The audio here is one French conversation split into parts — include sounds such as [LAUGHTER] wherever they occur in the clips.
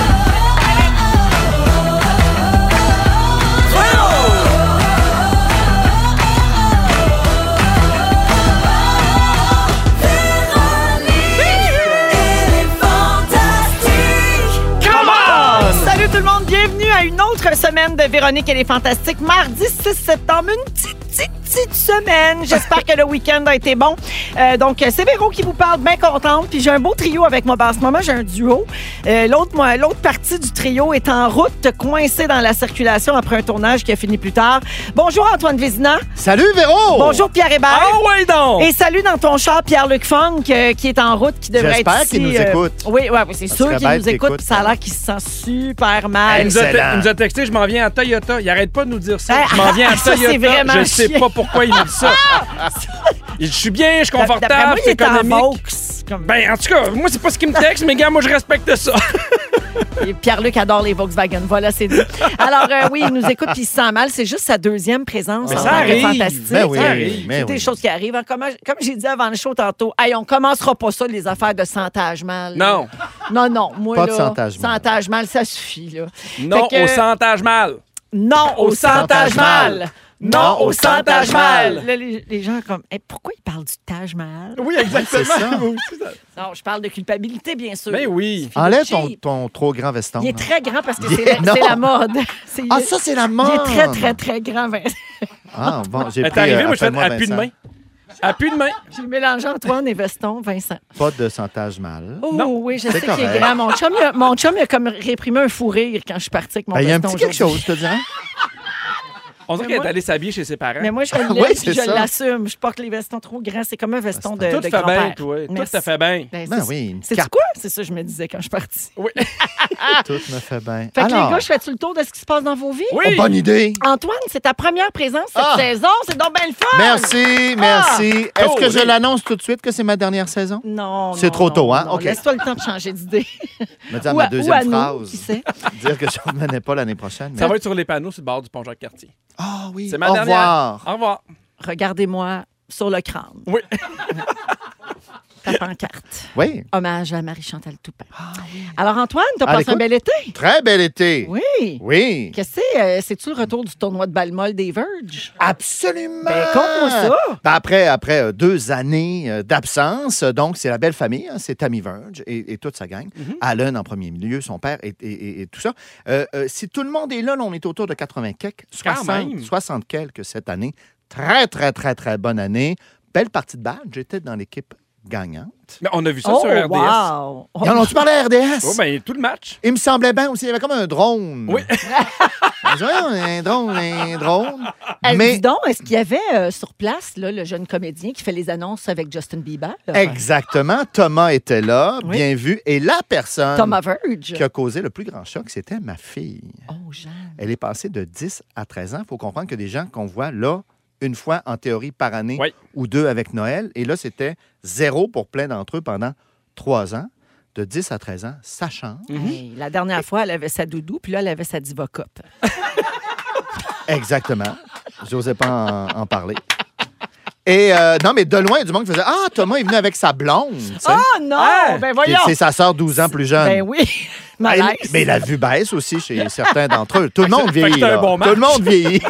Salut tout le monde, bienvenue à une autre semaine de Véronique et les Fantastiques. Mardi 6 septembre, une petite, petite, petite semaine. J'espère que le week-end a été bon. Euh, donc, c'est Véro qui vous parle, bien contente. Puis j'ai un beau trio avec moi. Ben, en ce moment, j'ai un duo. Euh, l'autre, moi, l'autre partie du trio est en route, coincée dans la circulation après un tournage qui a fini plus tard. Bonjour Antoine Vézina. Salut Véro! Bonjour Pierre Hébert. Ah ouais donc! Et salut dans ton char Pierre-Luc Funk euh, qui est en route, qui devrait J'espère être ici. qu'il nous euh, écoute. Oui, ouais, oui, c'est Ça sûr serait qu'il bête hein. nous écoute. qu'il puis Ça a l'air qu'il se sent super mal. Il nous, a, Excellent. te- il nous a texté, je m'en viens à Toyota. Il arrête pas de nous dire ça. Ah, Je m'en viens [LAUGHS] à ça, c'est Toyota. vraiment je sais chiant. pas pourquoi il nous [LAUGHS] dit ça. Il dit, Je suis bien, je suis D'après moi, confortable, il c'est est en économique. Vaux, comme- Ben, en tout cas, moi, c'est pas ce qui me texte, mais gars, moi, je respecte ça. Ben. [LAUGHS] Et Pierre-Luc adore les Volkswagen. Voilà, c'est dit. Alors, euh, oui, il nous écoute puis il se sent mal. C'est juste sa deuxième présence. Mais en ça tant que arrive. Fantastique. Ben oui, Ça arrive. mais C'est Ah, des oui. choses qui arrivent. hein. Comme, comme j'ai dit avant le show tantôt, hey, on commencera pas ça, les affaires de santage mal. Non. Non, non. Moi, Pas là, de santage mal. santage mal, ça suffit. Là. Non, Fait que- au santage mal. Non au santage mal. Non au santage mal. mal. Là, les, les gens comme, Hey, pourquoi ils parlent du Taj Mahal? Oui, C'est ça. Non, je parle de culpabilité, bien sûr. Ben oui. Enlève Cheap. ton, ton trop grand veston. Il est là. très grand parce que Il c'est est la, c'est énorme. la mode. C'est- [LAUGHS] Ah, ça, c'est la mode! Il est très, très, très grand. Vincent. Ah, bon, j'ai Ben, Elle est pris, arrivée, euh, moi, je fais appelle-moi appui de main. Vincent. Appui de main. [LAUGHS] J'ai mélangé Antoine et Veston, Vincent. Pas de santage mal. Oh Non, oui, je sais c'est qu'il est correct. grand. Mon chum, il a, mon chum, il a comme réprimé un fou rire quand je suis partie avec mon Ben, il y a un veston petit quelque aujourd'hui. chose, je te dirais. On dirait Mais qu'elle moi- est allée s'habiller chez ses parents. Mais [LAUGHS] moi, je me Ouais, lève c'est et je ça. l'assume. Je porte les vestons trop grands. C'est comme un veston de, de Tout te fait bien, grand-père. toi. Tout Merci. te fait bien. Ben, [LAUGHS] Ben c'est- oui, une C'est cape. quoi? C'est ça que je me disais quand je suis partie. Oui. Tout me fait bien. Fait que Alors, les gars, je fais-tu le tour de ce qui se passe dans vos vies? Oui. oh, bonne idée. Antoine, c'est ta première présence cette Ah. saison. C'est donc bien le fun! Ah! Merci, merci. Est-ce que Oh, je oui. l'annonce tout de suite que c'est ma dernière saison? Non, C'est non, trop non, tôt, hein? non. OK. Laisse-toi le temps de changer [LAUGHS] d'idée. Me dire Ou à- ma ou à deuxième nous, phrase. qui sait. [LAUGHS] Dire que je ne revenais pas l'année prochaine. Ça mais- va être sur les panneaux sur le bord du pont Jacques-Cartier. Ah oui, C'est ma au dernière. revoir. Au revoir. Regardez-moi sur le crâne, Oui. [LAUGHS] ta pancarte. Oui, Hommage à Marie-Chantal Toupin. Alors, Antoine, t'as À passé un l'écoute. bel été? très bel été. Oui. Oui. Qu'est-ce que c'est? Euh, C'est-tu le retour du tournoi de Balmol des Verge? Absolument! Ben, conte-moi ça. Ben, après après euh, deux années euh, d'absence, euh, donc c'est la belle famille, hein, c'est Tammy Verge et, et toute sa gang. Mhm. Allen en premier milieu, son père et, et- et- et tout ça. Euh, euh, si tout le monde est là, là, on est autour de 80 quelques, Quand 60, même. 60 quelques cette année. Très, très, très, très bonne année. Belle partie de balle. J'étais dans l'équipe gagnante. Mais on a vu ça sur RDS. Oh, wow! Oh, Ils en ont-tu parlé à RDS? Oh, ben, tout le match. Il me semblait bien aussi, il y avait comme un drone. [LAUGHS] Oui. Ils disaient, Ah, un drone, un drone. Eh, Mais- Dis donc, est-ce qu'il y avait euh, sur place là, le jeune comédien qui fait les annonces avec Justin Bieber? Exactement. Thomas était là, Oui. bien vu. Et la personne Thomas Verge. qui a causé le plus grand choc, c'était ma fille. Oh, Jeanne. Elle est passée de 10 à 13 ans. Il faut comprendre que des gens qu'on voit là, une fois en théorie par année Oui. ou deux avec Noël, et là, c'était zéro pour plein d'entre eux pendant trois ans. De 10 à 13 ans, ça change. Hey, la dernière fois, elle avait sa doudou, puis là, elle avait sa divocope. Exactement. J'osais pas en, en parler. Et euh, non, mais de loin, il y a du monde qui faisait Ah, Thomas est venu avec sa blonde. tu sais. Oh non! Ah! ben Qui- voyons! C'est sa sœur 12 ans plus jeune. Ben [LAUGHS] oui, [LAUGHS] Elle- malaise. mais la vue baisse aussi [LAUGHS] chez certains d'entre eux. Tout le monde Fait que vieillit. Ah, c'est un là. bon match. Tout le monde [LAUGHS] vieillit.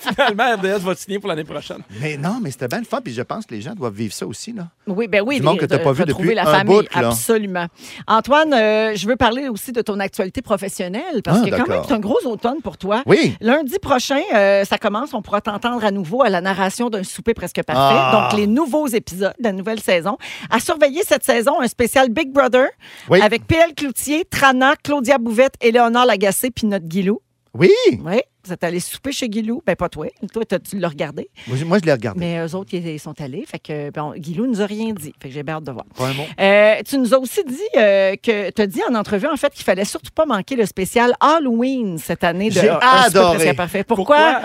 Finalement, RDS va te signer pour l'année prochaine. mais non, mais c'était bien le fun. Puis je pense que les gens doivent vivre ça aussi. Là. Oui, ben oui. Du monde les- que t'as de- pas vu retrouver depuis la un famille, bout, là. Absolument. Antoine, euh, je veux parler aussi de ton actualité professionnelle parce Ah, que quand d'accord. même, c'est un gros automne pour toi. Oui. Lundi prochain, euh, ça commence. On pourra t'entendre à nouveau à la narration d'un souper presque parfait. Ah. Donc, les nouveaux épisodes de la nouvelle saison. À surveiller cette saison, un spécial Big Brother Oui. avec PL Cloutier, Trana, Claudia Bouvette, Éléonore Lagacé puis notre Guilou. Oui. Oui, vous êtes allé souper chez Guilou. Ben, pas toi. Toi, t'as- tu l'as regardé. Moi, je- moi, je l'ai regardé. Mais eux autres, ils sont allés. Fait que, bon, Guilou nous a rien dit. Fait que j'ai bien hâte de voir. Pas un mot. Euh, tu nous as aussi dit euh, que tu as dit en entrevue en fait qu'il fallait surtout pas manquer le spécial Halloween cette année de Ah, J'ai Un souper adoré. presque parfait. Pourquoi,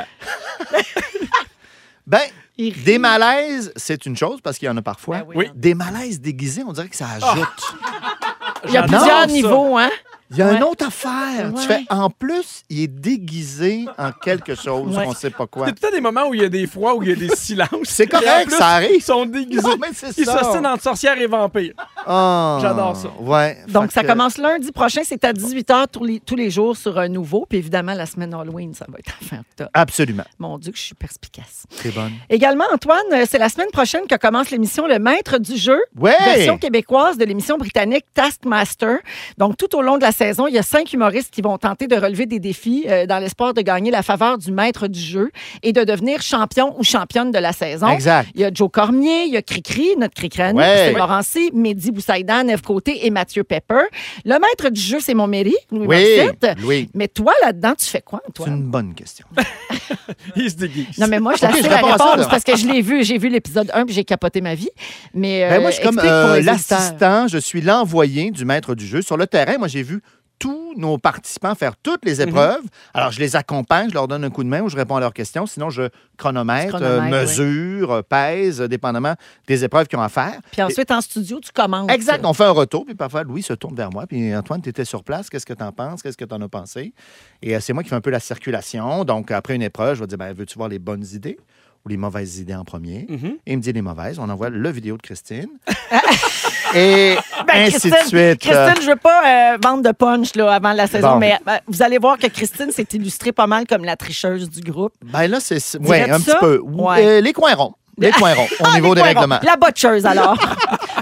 Ben, Il rit. des malaises, c'est une chose parce qu'il y en a parfois. Ben oui. Ah! Des malaises déguisés, on dirait que ça ajoute. il y a Ah, J'adore plusieurs ça. niveaux hein Il y a Ouais. une autre affaire. Tu Ouais. fais, en plus, il est déguisé en quelque chose, Ouais. on ne sait pas [LAUGHS] quoi. C'est peut-être des moments où il y a des fois où il y a des silences. C'est Et en correct, plus, ça arrive. Ils sont déguisés. Non, mais c'est ils ça. s'ostinent entre sorcières et vampires. Ah, J'adore ça. Ouais. Donc, fait ça que- commence lundi prochain. C'est à 18h tous les, tous les jours sur un nouveau. Puis évidemment, la semaine Halloween, ça va être [LAUGHS] en fin octobre. Absolument. Mon Dieu, que je suis perspicace. C'est bonne. Également, Antoine, euh, c'est la semaine prochaine que commence l'émission Le Maître du jeu. Ouais! Version québécoise de l'émission britannique Taskmaster. Donc, tout au long de la saison, il y a cinq humoristes qui vont tenter de relever des défis euh, dans l'espoir de gagner la faveur du maître du jeu et de devenir champion ou championne de la saison. Exact. Il y a Joe Cormier, il y a Cricri, notre Cricri, à nous, Ouais. Christine Morancy, Mehdi Boussaïdan, Eve Côté et Mathieu Pepper. Le maître du jeu, c'est mon mairie, Louis Oui, Morissette. Louis. Mais toi, là-dedans, tu fais quoi, C'est toi? euh, une bonne question. Ils se déguisent. Non, mais moi, je la [LAUGHS] Ok, sais je la réponds à ça, réponse là. parce que je l'ai vu. J'ai vu l'épisode 1 puis j'ai capoté ma vie. Mais Ben, euh, moi, je suis comme explique pour euh, les auditeurs. l'assistant, je suis l'envoyé du maître du jeu. Sur le terrain, moi, j'ai vu tous nos participants faire toutes Mhm. les épreuves. Alors, je les accompagne, je leur donne un coup de main ou je réponds à leurs questions. Sinon, je chronomètre, Tu chronomètres, euh, mesure, euh, pèse, euh, dépendamment des épreuves qu'ils ont à faire. Puis ensuite, en studio, tu commences. Exact. On fait un retour, puis parfois, Louis se tourne vers moi. Puis Antoine, tu étais sur place. Qu'est-ce que tu en penses? Qu'est-ce que tu en as pensé? Et euh, c'est moi qui fais un peu la circulation. Donc, après une épreuve, je vais dire ben, veux-tu voir les bonnes idées ou les mauvaises idées en premier? Mm-hmm. Et il me dit les mauvaises. On envoie le vidéo [LAUGHS] de Christine. Et Ben, ainsi Christine, de suite. Euh, Christine, je veux pas euh, vendre de punch là, avant la saison, Bon. mais euh, vous allez voir que Christine s'est illustrée pas mal comme la tricheuse du groupe. Ben là, c'est. c'est- Ouais, Dirais-tu un petit ça? peu. Ouais. Euh, les coins ronds. Les coins ronds, au Ah, niveau les des poirons. règlements. La botcheuse, [LAUGHS] alors.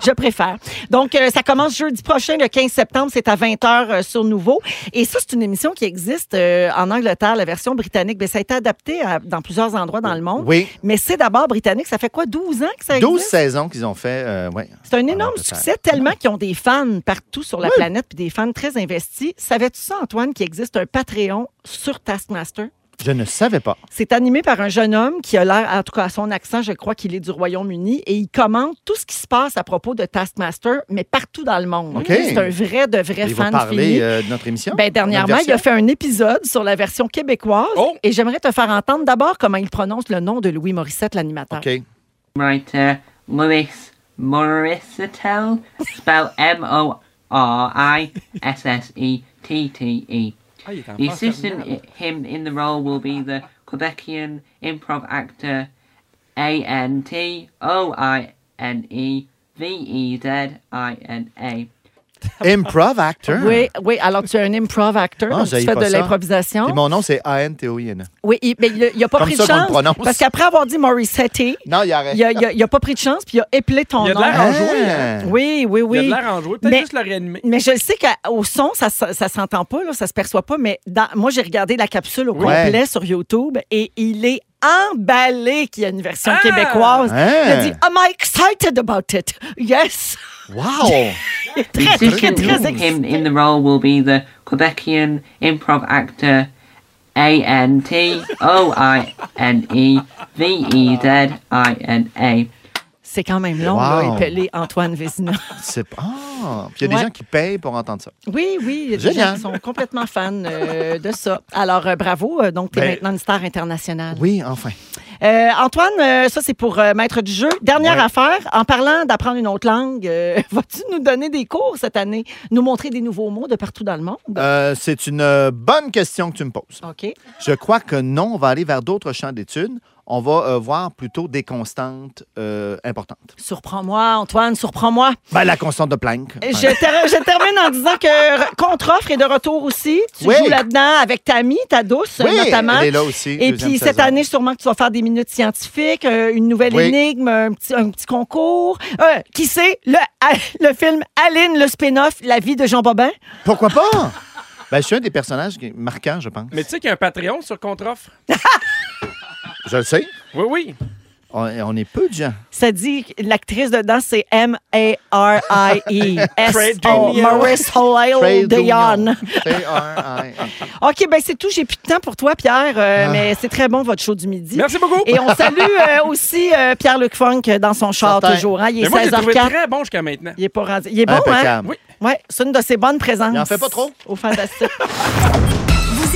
je préfère. Donc, euh, ça commence jeudi prochain, le 15 septembre. C'est à 20h euh, sur Nouveau. Et ça, c'est une émission qui existe euh, en Angleterre, la version britannique. Mais ça a été adapté à- dans plusieurs endroits dans le monde. Oui. Mais c'est d'abord britannique. Ça fait quoi, 12 ans que ça existe? 12 saisons qu'ils ont fait. euh, ouais. C'est un en énorme Angleterre. succès, tellement qu'ils ont des fans partout sur la planète, puis des fans très investis. Savais-tu ça, Antoine, qu'il existe un Patreon sur Taskmaster? Je ne savais pas. C'est animé par un jeune homme qui a l'air, en tout cas à son accent, je crois qu'il est du Royaume-Uni, et il commente tout ce qui se passe à propos de Taskmaster, mais partout dans le monde. OK. C'est un vrai, de vrai Ils vont fan parler fini. euh, de notre émission. Ben, dernièrement, notre il a version. fait un épisode sur la version québécoise Oh! et j'aimerais te faire entendre d'abord comment il prononce le nom de Louis Morissette, l'animateur. OK. writer Louis Morissette, spelled M O R I S S E T T E. Ah, il est en The phase assistant terminale. i- him in the role will be the Quebecian improv actor A N T O I N E V E Z I N A. Improv actor. Oui, oui, alors tu es un improv actor, Ah, donc tu j'haïs fais pas de ça. l'improvisation. Puis mon nom, c'est A-N-T-O-I-N. Oui, il- mais il n'a pas Comme pris ça de qu'on le chance. prononce. Parce qu'après avoir dit Morissette, il Non, il arrête. n'a il a pas pris de chance, puis il a éplé ton Il a de nom. l'air Ah. enjoué. hein. Oui, oui, oui. Il a de l'air enjoué. Peut-être Mais- juste le réanimer. Mais je le sais qu'au son, ça ne s'entend pas, là, ça se perçoit pas, mais dans- moi, j'ai regardé la capsule au Ouais. complet sur YouTube et il est emballé qu'il y a une version Ah! québécoise. Il a Hein? dit « Am I excited about it? Yes! Wow! » Très, The très, assistant très him excité. in the role will be the Quebecian improv actor A N T O I N E V E Z I N A. C'est quand même long, Wow. là, épeler Antoine [LAUGHS] Vézina. [LAUGHS] C'est pas. Ah! Puis il y a Ouais. des gens qui payent pour entendre ça. Oui, oui, il y a des Génial. gens qui sont complètement fans euh, de ça. Alors, euh, bravo. euh, Donc, tu es Ben- maintenant une star internationale. Oui, enfin. Euh, Antoine, euh, ça, c'est pour euh, maître du jeu. Dernière Ouais. affaire, en parlant d'apprendre une autre langue, euh, [LAUGHS] vas-tu nous donner des cours cette année, nous montrer des nouveaux mots de partout dans le monde? Euh, c'est une euh, bonne question que tu me poses. OK. Je crois que non, on va aller vers d'autres champs d'études. On va euh, voir plutôt des constantes euh, importantes. Surprends-moi, Antoine, surprends-moi. Ben, la constante de Planck. par Je, exemple. ter- je termine en disant que re- contre-offre est de retour aussi. Tu Oui. joues là-dedans avec ta amie, ta douce, Oui, euh, notamment. elle est là aussi, Et deuxième puis cette saison. année, sûrement que tu vas faire des minutes scientifiques, euh, une nouvelle Oui. énigme, un petit, un petit concours. Euh, qui sait, le, [LAUGHS] le film Aline, le spin-off, La vie de Jean Bobin? Pourquoi pas? Ben, je suis un des personnages qui- marquants, je pense. Mais tu sais qu'il y a un Patreon sur contre-offre? Je le sais. Oui, oui. On, on est peu de gens. Ça dit, l'actrice dedans, c'est M-A-R-I-E. Trade S-O. Union. E. Maurice Halil Oh, Dion. [LAUGHS] T-R-I-N. OK, ben c'est tout. J'ai plus de temps pour toi, Pierre, euh, mais c'est très bon, votre show du midi. Merci beaucoup. Et on salue euh, aussi euh, Pierre-Luc Funk euh, dans son char, Certain. toujours. hein. Il est Mais moi, j'ai trouvé 16h04. très bon jusqu'à maintenant. Il est pas rendu. Il est bon, hein? Impeccable. Oui. Ouais, c'est une de ses bonnes présences. Il en fait pas trop. Au fantastique. [LAUGHS] Vous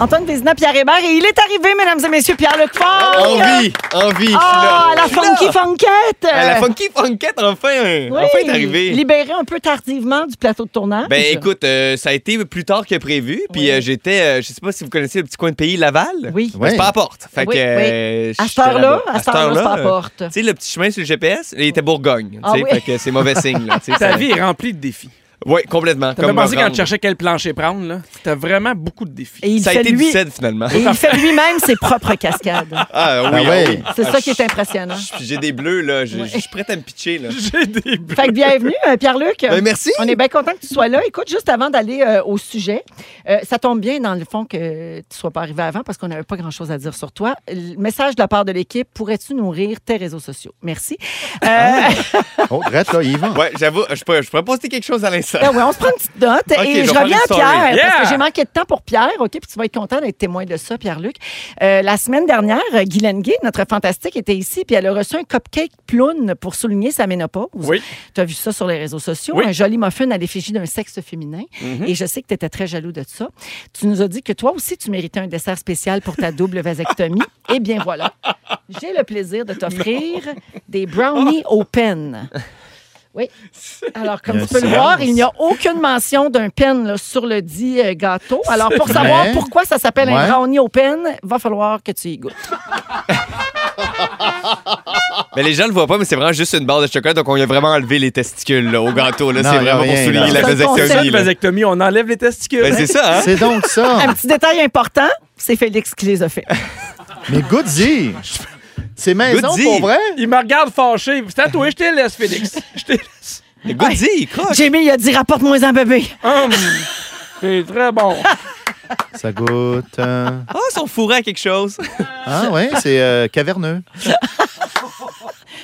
Antoine Vézina, Pierre Hébert. Et il est arrivé, mesdames et messieurs, Pierre Lecfort. Oh Envie, envie, je suis hein. Ah, là. la funky funkette. Ah, la funky funkette, enfin, euh, Oui. enfin est arrivée. Libéré un peu tardivement du plateau de tournage. Ben écoute, euh, ça a été plus tard que prévu. Puis euh, j'étais, euh, je sais pas si vous connaissez le petit coin de pays Laval. Oui. Ben, C'est pas à porte. Fait Oui, que, oui. euh, À cette j'étais heure-là, là-bas. à cette heure-là, c'est pas à euh, porte. Tu sais, le petit chemin sur le GPS, il était Bourgogne. Ah tu sais, oui. Fait que c'est mauvais signe. Là, [LAUGHS] tu sais, Ta ça- vie est remplie de défis. Oui, complètement. T'as comme pensé me quand rendre. tu cherchais quel plancher prendre, là? T'as vraiment beaucoup de défis. Et il Ça a fait été lui... du cède, [LAUGHS] finalement. et il fait lui-même ses propres cascades. Ah oui. Ah ah ouais. oui. C'est ça qui est impressionnant. Je- puis J'ai des bleus, là. Je je suis prêt à me pitcher, là. [LAUGHS] J'ai des bleus. Fait que bienvenue, euh, Pierre-Luc. Ben, merci. On est bien content que tu sois là. Écoute, juste avant d'aller euh, au sujet, euh, ça tombe bien dans le fond que tu sois pas arrivé avant parce qu'on n'avait pas grand-chose à dire sur toi. Le message de la part de l'équipe, pourrais-tu nourrir tes réseaux sociaux? Merci. Euh, Ah Oh, drette, là, il va. Ouais, j'avoue, je pourrais, je pourrais poster quelque chose à l'instant. ben ouais, on se prend une petite note Ok, et je je vais reviens à prendre une story. Pierre parce que Yeah! j'ai manqué de temps pour Pierre, OK? Puis tu vas être content d'être témoin de ça, Pierre-Luc. Euh, la semaine dernière, euh, Guylaine Gay, notre fantastique, était ici puis elle a reçu un cupcake ploune pour souligner sa ménopause. Oui. Tu as vu ça sur les réseaux sociaux, Oui. un joli muffin à l'effigie d'un sexe féminin. Mm-hmm. Et je sais que tu étais très jaloux de ça. Tu nous as dit que toi aussi, tu méritais un dessert spécial pour ta double vasectomie. [LAUGHS] Eh bien, voilà. J'ai le plaisir de t'offrir des brownies au pen. Oui. Alors, comme Il y a tu peux le un voir, silence. il n'y a aucune mention d'un pen là, sur le dit euh, gâteau. Alors, pour vrai? savoir pourquoi ça s'appelle un Ouais. brownie au pen, va falloir que tu y goûtes. Mais les gens le voient pas, mais c'est vraiment juste une barre de chocolat. Donc, on y a vraiment enlevé les testicules là, au gâteau. Là, Non, c'est y a vraiment pour rien, souligner là. C'est la le vasectomie. concept. là. vasectomie, on enlève les testicules. Ben, c'est ça, hein? C'est donc ça. [LAUGHS] Un petit détail important, c'est Félix qui les a fait. Mais Goody, c'est maison Goody. pour vrai? Il me regarde fâché. C'est à toi, je te laisse, Félix. Je te laisse. Le goût dit, croche. Jamie, il a dit rapporte-moi un bébé. Hum, c'est très bon. Ça goûte. euh, Ah, ils sont fourrés à quelque chose. Ah ouais, c'est euh, caverneux.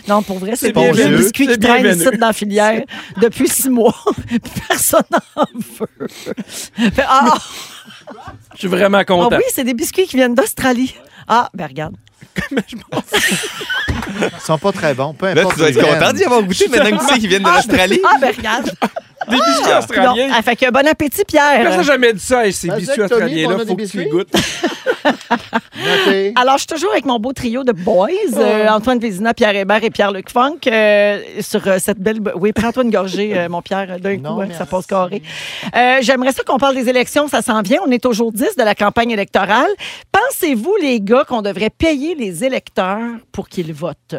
Non, pour vrai, c'est C'est pas bienvenu. le biscuit qui C'est traîne bienvenu. ici dans la filière depuis six mois. [LAUGHS] Personne n'en veut. Ah, Je suis vraiment ah content. oui, c'est des biscuits qui viennent d'Australie. Ah, ben regarde. Ils sont pas très bons. Peu Là, importe. tu dois où être ils content viennent. d'y avoir goûté maintenant que tu sais qu'ils viennent de l'Australie. Ah, ben regarde. Des biscuits Donc, australiens. ah, fait que bon appétit, Pierre. Personne n'a jamais dit ça, hey, ces Vasectomie, biscuits on a australiens-là, des faut que tu les biscuits? goûtes. Notez. Alors, je suis toujours avec mon beau trio de boys, euh, Antoine Vézina, Pierre Hébert et Pierre-Luc Funk, euh, sur euh, cette belle... Oui, prends-toi une gorgée, euh, mon Pierre, d'un Non, coup, hein, merci. ça passe carré. Euh, J'aimerais ça qu'on parle des élections, ça s'en vient. On est au jour 10 de la campagne électorale. Pensez-vous, les gars, qu'on devrait payer les électeurs pour qu'ils votent?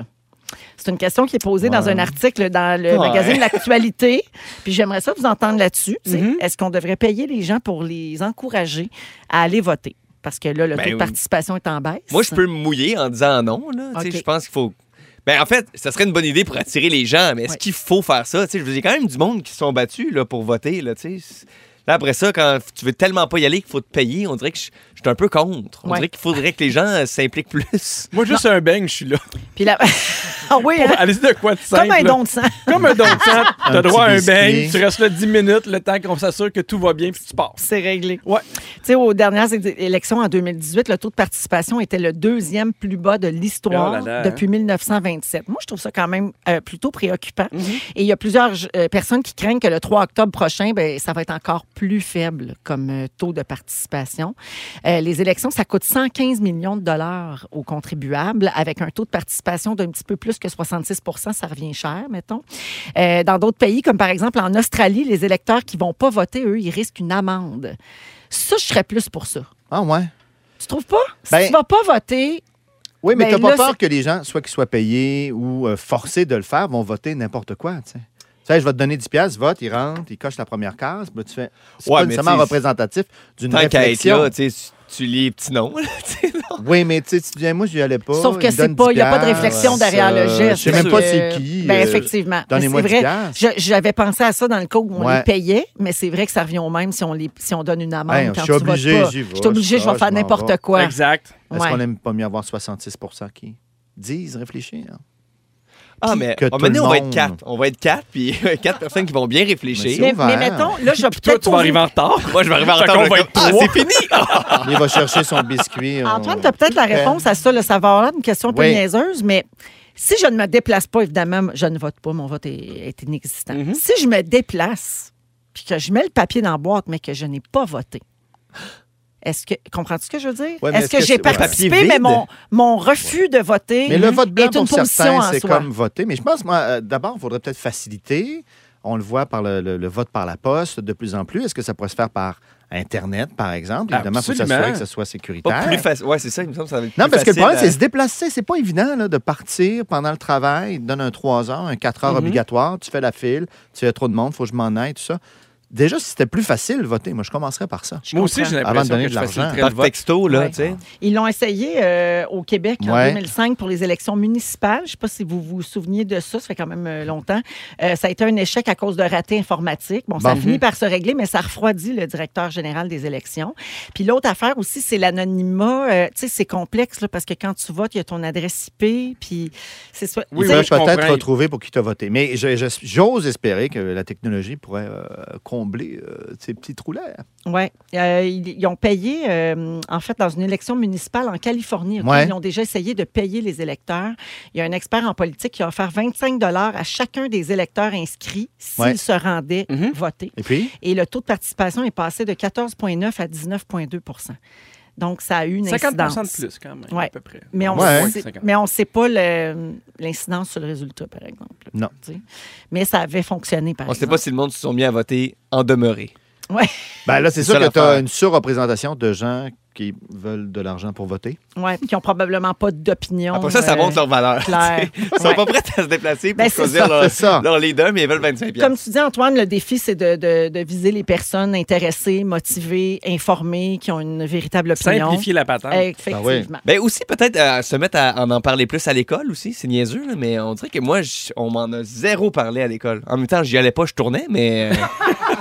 C'est une question qui est posée dans un article dans le magazine L'Actualité. Puis j'aimerais ça vous entendre là-dessus. tu sais. Est-ce qu'on devrait payer les gens pour les encourager à aller voter? Parce que là, le Ben taux de oui. participation est en baisse. Moi, je peux me mouiller en disant non. Là. Tu sais, ah. Ok. Je pense qu'il faut. Ben, en fait, ça serait une bonne idée pour attirer les gens, mais est-ce Ouais. qu'il faut faire ça? Tu sais, Je veux dire, il y a quand même du monde qui se sont battus là, pour voter. Là, tu sais. là, après ça, quand tu veux tellement pas y aller qu'il faut te payer, on dirait que je je suis un peu contre. On Ouais. dirait qu'il faudrait que les gens euh, s'impliquent plus. Moi, juste un bang, je suis là. Puis là, [LAUGHS] ah oui, hein? Allez, de quoi de simple. comme un là. don de sang. [LAUGHS] Comme un don de sang. T'as [LAUGHS] Un droit à un petit bang. biscuit. Tu restes là 10 minutes, le temps qu'on s'assure que tout va bien, puis tu passes. C'est réglé. Ouais. Tu sais, aux dernières é- élections en 2018, le taux de participation était le deuxième plus bas de l'histoire Oh là là, hein. depuis 1927. Moi, je trouve ça quand même euh, plutôt préoccupant. Mm-hmm. Et il y a plusieurs euh, personnes qui craignent que le 3 octobre prochain, ben, ça va être encore plus faible comme euh, taux de participation. Euh, les élections, ça coûte 115 millions de dollars aux contribuables, avec un taux de participation d'un petit peu plus que 66 ça revient cher, mettons. Euh, dans d'autres pays, comme par exemple en Australie, les électeurs qui vont pas voter, eux, ils risquent une amende. Ça, je serais plus pour ça. Ah ouais. Tu trouves pas? Si Ben- tu vas pas voter, Oui, mais Ben t'as pas là, c'est- peur que les gens, soit qu'ils soient payés ou euh, forcés de le faire, vont voter n'importe quoi, tu sais. Tu sais, je vais te donner 10 piastres, vote, il rentre, il coche la première case, puis tu fais... C'est pas Ouais, mais nécessairement tu sais, représentatif d'une Tant qu'à être réflexion. là, tu, sais, tu tu lis les petits noms. là, tu sais, non. oui, mais tu sais, tu dis, moi, j'y allais pas. sauf que me c'est donne pas, 10 il n'y a pas de piastres, réflexion derrière le euh, geste. Je sais même pas Euh, c'est qui. Ben, euh, effectivement. Mais Donnez-moi c'est 10 vrai. piastres. Je- J'avais pensé à ça dans le cas où on Ouais. les payait, mais c'est vrai que ça revient au même si on, les, si on donne une amende Hey, je quand suis tu votes obligé, pas. j'y vais, Je suis obligé, je je vais vais, faire je m'en n'importe vais. quoi. Exact. Est-ce Ouais. qu'on aime pas mieux avoir 66 qui disent réfléchir? Ah, mais que à un tout moment donné, le on va être monde. quatre. On va être quatre, puis [LAUGHS] quatre personnes qui vont bien Mais réfléchir. Mais, ouvert. mais mettons, là, je vais Toi, peut-être. tu vas poser- arriver en retard. Moi, je vais arriver en Fait temps. qu'on je va vais être comme, Ah, trois. c'est fini! Ah! Il va chercher son biscuit. on- Antoine, tu as peut-être la réponse à ça. Là, ça va avoir une question un peu euh, Oui. niaiseuse, mais si je ne me déplace pas, évidemment, je ne vote pas. Mon vote est, est inexistant. Mhm. Si je me déplace puis que je mets le papier dans la boîte, mais que je n'ai pas voté, Est-ce que comprends-tu ce que je veux dire Ouais, mais Est-ce est-ce que, que j'ai c'est- ouais. participé, Papier mais vide. mon, mon refus de voter Mais le vote blanc, est une pour position certains, en c'est soi. comme voter. Mais je pense, moi, euh, d'abord, il faudrait peut-être faciliter. On le voit par le, le- le vote par la poste de plus en plus. Est-ce que ça pourrait se faire par Internet, par exemple? Évidemment, il faut Absolument. s'assurer que ce soit Pas sécuritaire. plus facile. Ouais, c'est ça, il me semble que ça va être Non, plus parce que le facile euh, problème, à- c'est se déplacer. C'est pas évident là, de partir pendant le travail. Il te donne un 3 heures, un 4 heures Mhm. obligatoire. Tu fais la file, tu fais trop de monde, faut que je m'en aille, tout ça. Déjà, si c'était plus facile de voter, moi, je commencerais par ça. Moi aussi, Avant de j'ai l'impression donner que de je faciliterais le Par vote. texto, là, Ouais. tu sais. Ils l'ont essayé euh, au Québec en Ouais. 2005 pour les élections municipales. Je ne sais pas si vous vous souveniez de ça, ça fait quand même euh, longtemps. Euh, ça a été un échec à cause de ratés informatiques. Bon, ça Bon. finit par se régler, mais ça refroidit le directeur général des élections. Puis l'autre affaire aussi, c'est l'anonymat. Euh, tu sais, c'est complexe là, parce que quand tu votes, il y a ton adresse IP, puis c'est soit... Oui, Tu oui, peux je ben, peut-être comprends. retrouver pour qui tu as voté. Mais je- je- j'ose espérer que la technologie pourrait euh, combler euh, ces petits trous là. Oui. ils, Euh, ils ont payé, euh, en fait, dans une élection municipale en Californie, OK, Ouais. ils ont déjà essayé de payer les électeurs. Il y a un expert en politique qui a offert 25 à chacun des électeurs inscrits s'ils Ouais. se rendaient Mhm. Mm-hmm. voter. Et puis? Et le taux de participation est passé de 14,9 à 19,2 Donc, ça a eu une 50 incidence. de plus, quand même, Ouais. à peu près. Mais on Ouais. sait, Ouais. mais on sait pas le- l'incidence sur le résultat, par exemple. Non. Tu sais. Mais ça avait fonctionné, par On sait exemple. pas si le monde se sont mis à voter en demeuré. Ouais. Ben là, c'est C'est sûr ça que tu as l'affaire. une surreprésentation de gens qui veulent de l'argent pour [LAUGHS] voter. Ouais, puis qui ont probablement pas d'opinion. Après ça, ça euh, monte leur valeur. tu clair. sais. Ils sont Ouais. pas prêts à se déplacer pour Ben, c'est choisir ça, leur, c'est ça. leur leader, mais ils veulent Eh 25 piastres. Eh Comme tu dis, Antoine, le défi, c'est de, de- de viser les personnes intéressées, motivées, informées, qui ont une véritable opinion. Eh, Simplifier la patente. Effectivement. Ben aussi, peut-être euh, se mettre à en en parler plus à l'école aussi. C'est niaiseux, là, mais on dirait que moi, je- on m'en a zéro parlé à l'école. En même temps, j'y allais pas, je tournais, mais euh,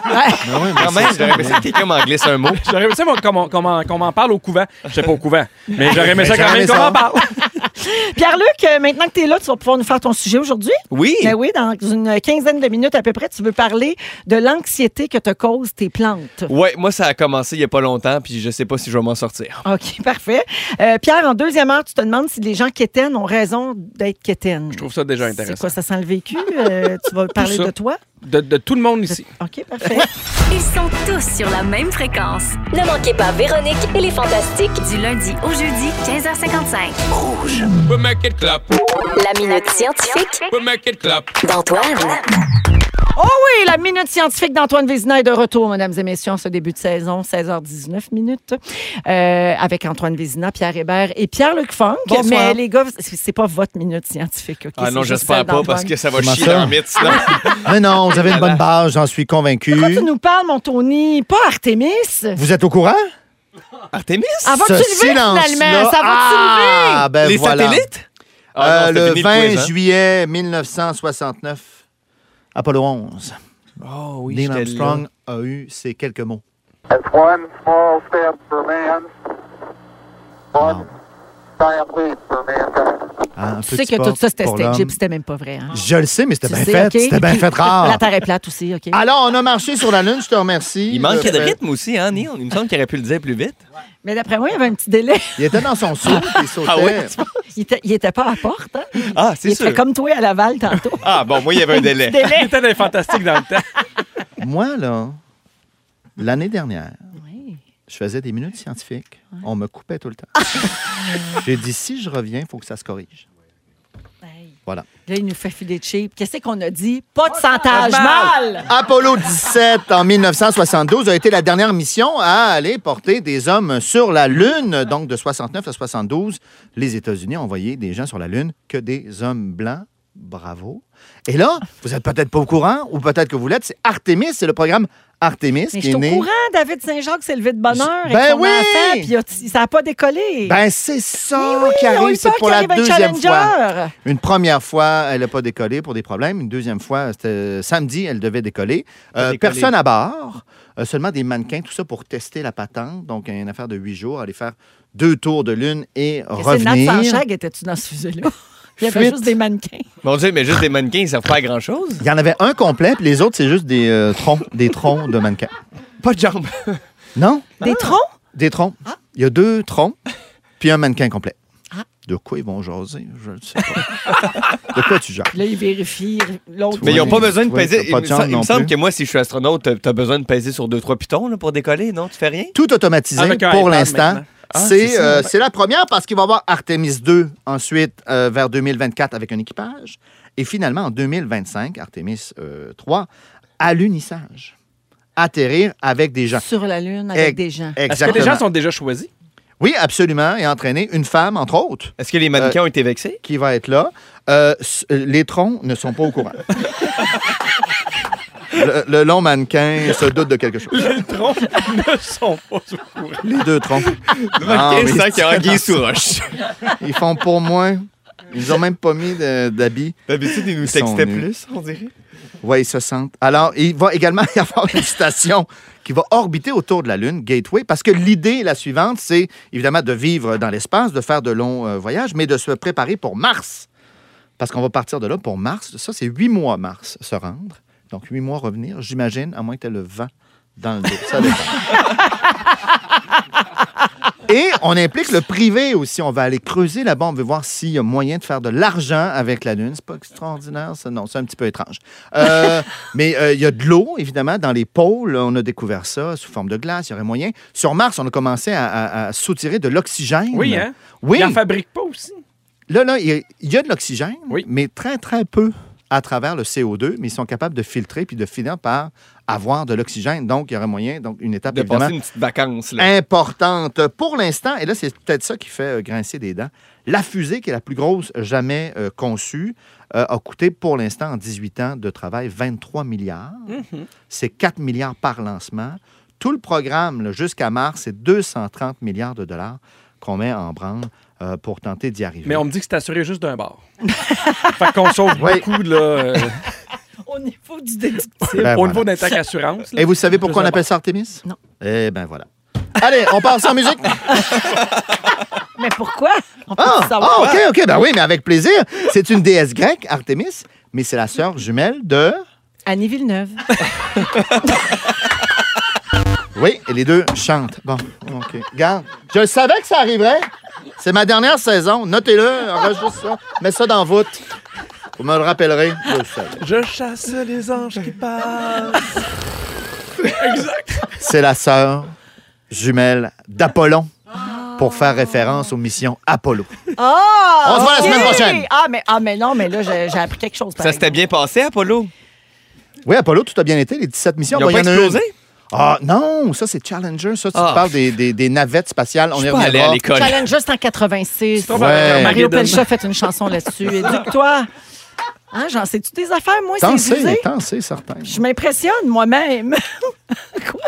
Ben quand même, j'aurais aimé ça que quelqu'un m'en glisse un mot. J'aurais aimé ça moi, qu'on m'en- qu'on m'en qu'on m'en parle au couvent. Je sais pas au couvent, mais j'aurais aimé ça Mais quand j'aurais même aimé qu'on ça. m'en parle. Pierre-Luc, euh, maintenant que tu es là, tu vas pouvoir nous faire ton sujet aujourd'hui. Oui! Ben oui, dans une quinzaine de minutes à peu près, tu veux parler de l'anxiété que te causent tes plantes. Ouais, moi, ça a commencé il y a pas longtemps, puis je sais pas si je vais m'en sortir. Oh. OK, [LAUGHS] parfait. Euh, Pierre, en deuxième heure, tu te demandes si les gens quétaines ont raison d'être quétaines. Je trouve ça déjà C'est intéressant. quoi, ça sent le vécu? Euh, tu vas parler ça. de toi? De, de tout le monde ici. OK, parfait. Ils sont tous sur la même fréquence. Ne manquez pas Véronique et les Fantastiques. Du lundi au jeudi, 15h55. La minute scientifique d'Antoine. Oh oui, la minute scientifique d'Antoine Vézina est de retour, mesdames et messieurs, en ce début de saison, 16h19 minutes, euh, avec Antoine Vézina, Pierre Hébert et Pierre-Luc Funk. Bonsoir. Mais les gars, c'est c'est pas votre minute scientifique, OK? ah C'est non, juste j'espère celle pas, d'Antoine. parce que ça va Comment chier ça? dans le mythe, sinon. Mais non, vous avez une bonne base, j'en suis convaincu. Pourquoi tu nous parles, mon Tony? Pas Artemis? Vous êtes au courant? [LAUGHS] Artemis? Ça va-tu Ce lever, silence-là- finalement? Ça va-tu lever? ah, ben les voilà. satellites? Euh, Ah non, c'était le fini 20 quiz, hein. juillet 1969, Apollo 11. Oh oui, Neil j'étais Armstrong a eu ces quelques mots. It's one small step for man, one giant leap for mankind. Hein, un Tu sais que petit pas tout ça, c'était pour stagé, l'homme. puis c'était même pas vrai. Hein? Je le sais, mais c'était Tu bien sais, fait. OK? C'était bien [LAUGHS] fait La rare. Ah. Terre est plate aussi, OK? Alors, on a marché sur la Lune, je te remercie. Il manquait de Euh, rythme aussi, hein, Neil? Il me semble qu'il aurait pu le dire plus vite. Mais d'après moi, il y avait un petit délai. [LAUGHS] Il était dans [LAUGHS] son saut, il sautait. Ah oui, Il était, il était pas à la porte. Hein? Ah, Il c'est était sûr. comme toi à Laval tantôt. [LAUGHS] Ah bon, moi, il y avait [LAUGHS] un délai. Il était des fantastiques dans le temps. Moi, là, l'année dernière, je faisais des minutes scientifiques. On me coupait tout [LAUGHS] le temps. J'ai dit, si je reviens, il faut que ça se corrige. Hey. Voilà. Là, il nous fait filer de cheap. Qu'est-ce qu'on a dit? Pas de santage mal. mal! Apollo 17 en 1972 a été la dernière mission à aller porter des hommes sur la Lune. Donc, de 69 à 72, les États-Unis ont envoyé des gens sur la Lune que des hommes blancs. Bravo. Et là, vous n'êtes peut-être pas au courant, ou peut-être que vous l'êtes, c'est Artemis, c'est le programme Artemis Mais je qui suis est au né. courant, David Saint-Jacques s'est levé de bonne heure. Ben avec son oui! enfant, puis il a- ça n'a pas décollé. Ben, c'est ça Oui, qui on a eu arrive, c'est peur pour qu'il la arrive un deuxième fois. challenger. Une première fois, elle n'a pas décollé pour des problèmes. Une deuxième fois, c'était euh, samedi, elle devait décoller. Euh, décoller. personne à bord, euh, seulement des mannequins, tout ça pour tester la patente. Donc, une affaire de huit jours, aller faire deux tours de lune et C'est Nat revenir. Sanchag était-tu dans ce fusée-là? Il y avait Fuite. juste des mannequins. Mon Dieu, mais juste des mannequins, ils servent pas à grand-chose. Il y en avait un complet, puis les autres, c'est juste des euh, troncs, des troncs de mannequins. Pas de jambes. Non, Des troncs? Ah. des troncs. Il y a deux troncs, puis un mannequin complet. De quoi ils vont jaser? Je ne sais pas. de quoi tu jases? Là, il vérifie l'autre. [LAUGHS] Mais ils n'ont Oui, pas besoin de oui, peser. t'as Il pas me de chance sem- il non me semble plus. que moi, si je suis astronaute, t'as- t'as besoin de peser sur deux, trois pitons là, pour décoller, non? Tu fais rien? Tout automatisé Avec un pour iPad l'instant. maintenant. Ah, c'est c'est ça, euh, ouais. c'est la première parce qu'il va y avoir Artemis 2 ensuite euh, vers 2024 avec un équipage. Et finalement, en 2025, Artemis euh, 3, à l'unissage. Atterrir avec des gens. Sur la Lune avec Ex- des gens. Est-ce que Exactement. les gens sont déjà choisis? Oui, absolument. Et entraîner une femme, entre autres, Est-ce que les mannequins Euh, ont été vexés? qui va être là. Euh, s- euh, les troncs ne sont pas au [LAUGHS] courant. Le, le long mannequin se doute de quelque chose. Les troncs ne sont pas au courant. Les deux troncs. Ah Le mannequin mais sent Ah, ça qu'il y aura Guy sous roche. Ils font pour moi. Ils ont même pas mis de- d'habits. D'habitude, ils nous Ils sont textaient nuls. plus, on dirait. Oui, ils se sentent. Alors, il va également [LAUGHS] y avoir une station qui va orbiter autour de la Lune, Gateway, parce que l'idée, la suivante, c'est évidemment de vivre dans l'espace, de faire de longs euh, voyages, mais de se préparer pour Mars. Parce qu'on va partir de là pour Mars. Ça, c'est huit mois, Mars, se rendre. Donc, huit mois revenir, j'imagine, à moins que tu aies le vent dans le dos. Ça [LAUGHS] dépend. Et on implique le privé aussi. On va aller creuser là-bas. On veut voir s'il y a moyen de faire de l'argent avec la Lune. C'est pas extraordinaire, ça. Non, c'est un petit peu étrange. [LAUGHS] Euh, mais euh, il y a de l'eau, évidemment, dans les pôles. On a découvert ça sous forme de glace. Il y aurait moyen. Sur Mars, on a commencé à, à- à soutirer de l'oxygène. Oui, hein? Oui. Ils n'en fabriquent pas aussi. Là, là, il y a- il y a de l'oxygène, Oui. mais très, très peu à travers le CO2, mais ils sont capables de filtrer puis de finir par avoir de l'oxygène. Donc, il y aurait moyen, donc une étape De évidemment passer une petite vacance, là. importante pour l'instant. Et là, c'est peut-être ça qui fait euh, grincer des dents. La fusée, qui est la plus grosse jamais euh, conçue, euh, a coûté pour l'instant, en 18 ans de travail, 23 milliards. C'est 4 milliards par lancement. Tout le programme là, jusqu'à mars, c'est 230 milliards de dollars qu'on met en branle euh, pour tenter d'y arriver. Mais on me dit que c'est assuré juste [LAUGHS] d'un bar. fait qu'on sauve Oui. beaucoup, là, euh, Au niveau du déductif. Ben au voilà. niveau d'un tac assurance. là. Et vous savez pourquoi on appelle ça Artemis? Non. Eh ben voilà. Allez, on passe en musique. Mais pourquoi? On peut Ah, savoir. ah, ok, ok, ben oui, mais avec plaisir. C'est une déesse grecque, Artemis, mais c'est la sœur jumelle de. ah. Annie Villeneuve. Oui, et les deux chantent. Bon, ok. Garde, je le savais que ça arriverait. C'est ma dernière saison. Notez-le, enregistre ça, mets ça dans voûte. Vous me le rappellerez. Je le savais. Je chasse les anges qui passent. C'est la sœur jumelle d'Apollon pour faire référence aux missions Apollo. Ah, On se voit la ok. semaine prochaine. Ah, mais, ah, mais non, mais là, j'ai j'ai appris quelque chose. par Ça s'était exemple. bien passé, Apollo? Oui, Apollo, tout a bien été, les 17 missions. Ils n'ont Bon, pas il y en a explosé? une. Ah non, ça c'est Challenger, ça tu Ah. parles des, des- des navettes spatiales, on Je y suis pas allé reviendra. à l'école. Challenge juste en 86. Trop Ouais. avec Mario Armageddon. Pelcha fait une chanson là-dessus. Éduque-toi. Hein, j'en sais-tu des affaires, moi, T'en c'est sais, usé? t'en sais, certain. Je m'impressionne moi-même. [LAUGHS] Quoi?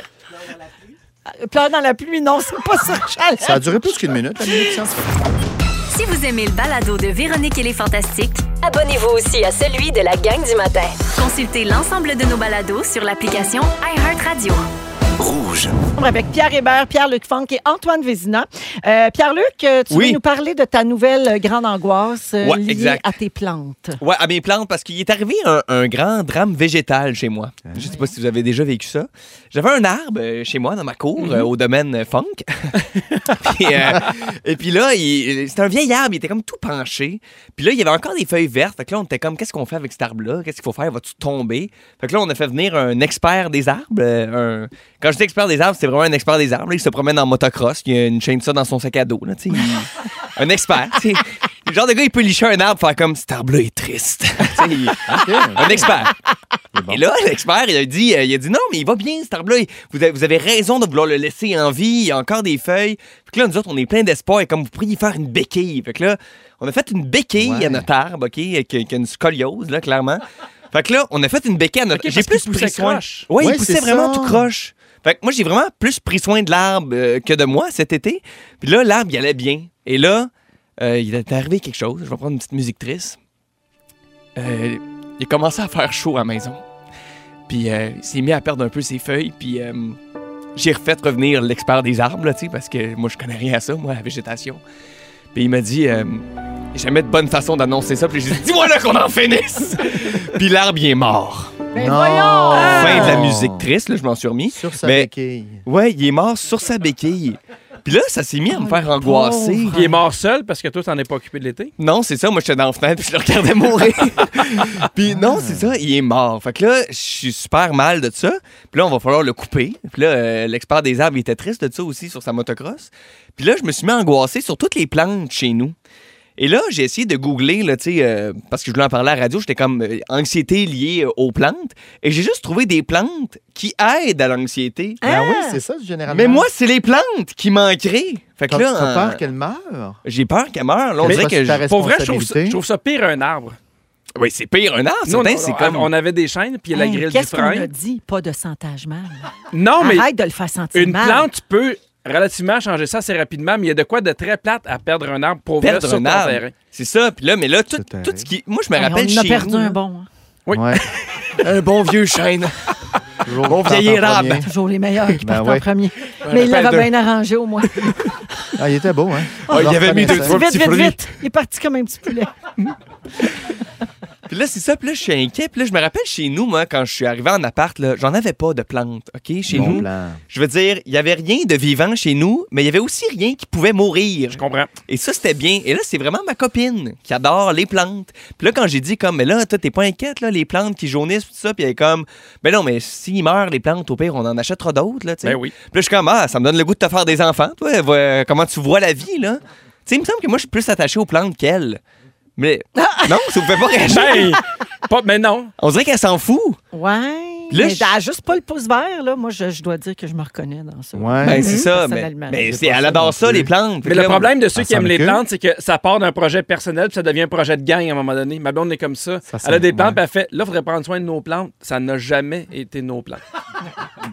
Ah, Pleurs dans la pluie, non, c'est pas ça. Challenge. Ça a duré plus qu'une minute, la minute science. Si vous aimez le balado de Véronique et les Fantastiques, Abonnez-vous aussi à celui de la gang du matin. consultez l'ensemble de nos balados sur l'application iHeartRadio. avec Pierre Hébert, Pierre-Luc Funk et Antoine Vézina. Euh, Pierre-Luc, euh, tu Oui. veux nous parler de ta nouvelle euh, grande angoisse euh, Ouais, liée exact. à tes plantes. [LAUGHS] Ouais, à mes plantes, parce qu'il est arrivé un, un grand drame végétal chez moi. Je sais pas si vous avez déjà vécu ça. J'avais un arbre euh, chez moi, dans ma cour, euh, au domaine euh, funk. [LAUGHS] Puis, euh, et puis là, il- c'était un vieil arbre, il était comme tout penché. Puis là, il y avait encore des feuilles vertes. Fait que là, on était comme, qu'est-ce qu'on fait avec cet arbre-là? Qu'est-ce qu'il faut faire? Va-tu tomber? Fait que là, on a fait venir un expert des arbres. euh, un- Quand je dis expert des arbres, c'est vraiment un expert des arbres. là. Il se promène en motocross, il a une chaîne de ça dans son sac à dos. Là, tu sais. Il- un [LAUGHS] expert. tu sais. Le genre de gars, il peut licher un arbre, faire comme, cet arbre-là est triste. [LAUGHS] Tu sais, il- Ah, un expert. Et là, l'expert, il a dit, euh, il a dit non, mais il va bien, cet arbre-là. Il- Vous, avez- vous avez raison de vouloir le laisser en vie. Il y a encore des feuilles. Fait que là, nous autres, on est plein d'espoir. Et comme vous pourriez faire une béquille. Fait que là, on a fait une béquille Ouais. à notre arbre, OK, qui, qui a une scoliose, là, clairement. Fait que là, on a fait une béquille à notre. OK, parce qu'il poussait croche. Oui, Ouais, il poussait c'est vraiment ça. tout croche. Fait que moi, j'ai vraiment plus pris soin de l'arbre euh, que de moi cet été. Puis là, l'arbre, il allait bien. Et là, euh, il est arrivé quelque chose. Je vais prendre une petite musique triste. Euh, il a commencé à faire chaud à la maison. Puis euh, il s'est mis à perdre un peu ses feuilles. Puis euh, j'ai refait revenir l'expert des arbres, là, tu sais, parce que moi, je connais rien à ça, moi, à la végétation. Puis il m'a dit, euh, Il y a jamais de bonne façon d'annoncer ça. Puis j'ai dit, dis-moi là qu'on en finisse. [LAUGHS] Puis l'arbre, il est mort. Mais voyons! Fin de la musique triste, là, je m'en suis remis. Ah. Sur sa Mais- béquille. Ouais, il est mort sur sa béquille. Puis là, ça s'est mis Oh, à me faire angoisser. Il est mort seul parce que toi, t'en es pas occupé de l'été. Non, c'est ça. Moi, j'étais dans la fenêtre puis je le [LAUGHS] regardais mourir. puis non, c'est ça. Il est mort. Fait que là, je suis super mal de ça. Puis là, on va falloir le couper. Puis là, euh, l'expert des arbres, il était triste de ça aussi sur sa motocross. Puis là, je me suis mis à angoisser sur toutes les plantes chez nous. Et là, j'ai essayé de googler, là, tu sais, euh, parce que je voulais en parler à la radio, j'étais comme euh, anxiété liée euh, aux plantes. Et j'ai juste trouvé des plantes qui aident à l'anxiété. Ben oui, c'est ça, généralement. Mais moi, c'est les plantes qui manqueraient. Fait que Comme là, tu as en- peur qu'elle meure. j'ai peur qu'elle meure. Là, on Mais dirait parce que. que ta je- Pour vrai, je trouve, ça, Responsabilité. je trouve ça pire un arbre. Oui, c'est pire un arbre, Nous, on, certain, c'est on- comme. on avait des chaînes, puis Hein, la Hey, grille du Qu'est-ce qu'on frein. a dit? Pas de sentage mal. Non, mais Arrête de le faire sentir une mal. plante, tu peux relativement changer ça assez rapidement, mais il y a de quoi de très plate à perdre un arbre pour vrai Perdre sur un ton arbre. terrain. C'est ça. Puis là, mais là, C'est tout, tout terrible. ce qui. Moi, je me Hey, rappelle on en a chez perdu nous, un là. bon. hein. Oui. Ouais. [LAUGHS] Un bon vieux chêne. Toujours Bon les plantes vieil en érable. premier. Toujours les meilleurs qui Ben partent en ouais. premier. Mais il rappelle l'avait bien arrangé au moins. Ah, il était beau, hein? Ah, il y avait mis deux, Reconnaissant. trois vite, petits vite, fruits. vite. Il est parti comme un petit poulet. Puis là, c'est ça. Puis là, je suis inquiet. Puis là, je me rappelle chez nous, moi, quand je suis arrivé en appart, là, j'en avais pas de plantes. OK? Chez Bon nous. plan. Je veux dire, il y avait rien de vivant chez nous, mais il y avait aussi rien qui pouvait mourir. Je comprends. Et ça, c'était bien. Et là, c'est vraiment ma copine qui adore les plantes. Puis là, quand j'ai dit comme, mais là, toi, t'es pas inquiète, là, les plantes qui jaunissent, tout ça, puis elle est comme, ben non, mais s'ils meurent, les plantes, au pire, on en achètera d'autres, là, tu sais. Ben oui. Puis là, je suis comme, ah, ça me donne le goût de te faire des enfants, toi, vois- comment tu vois la vie, là. Tu sais, il me semble que moi, je suis plus attaché aux plantes qu'elle. Mais non, ça vous fait pas réagir. Ben, pas, mais non. On dirait qu'elle s'en fout. Ouais. Là, mais je- elle a juste pas le pouce vert, là. Moi, je, je dois dire que je me reconnais dans ça. Ouais. Ben, c'est ça. Mais, personnellement, mais j'ai c'est- pas elle ça adore non ça, plus. les plantes. Fait Mais que le là, problème de ceux qui semble aiment les que- plantes, c'est que ça part d'un projet personnel, puis ça devient un projet de gang à un moment donné. Ma blonde est comme ça. Ça elle a semble- des plantes, ouais. puis elle fait là, faudrait prendre soin de nos plantes. Ça n'a jamais été nos [LAUGHS] plantes.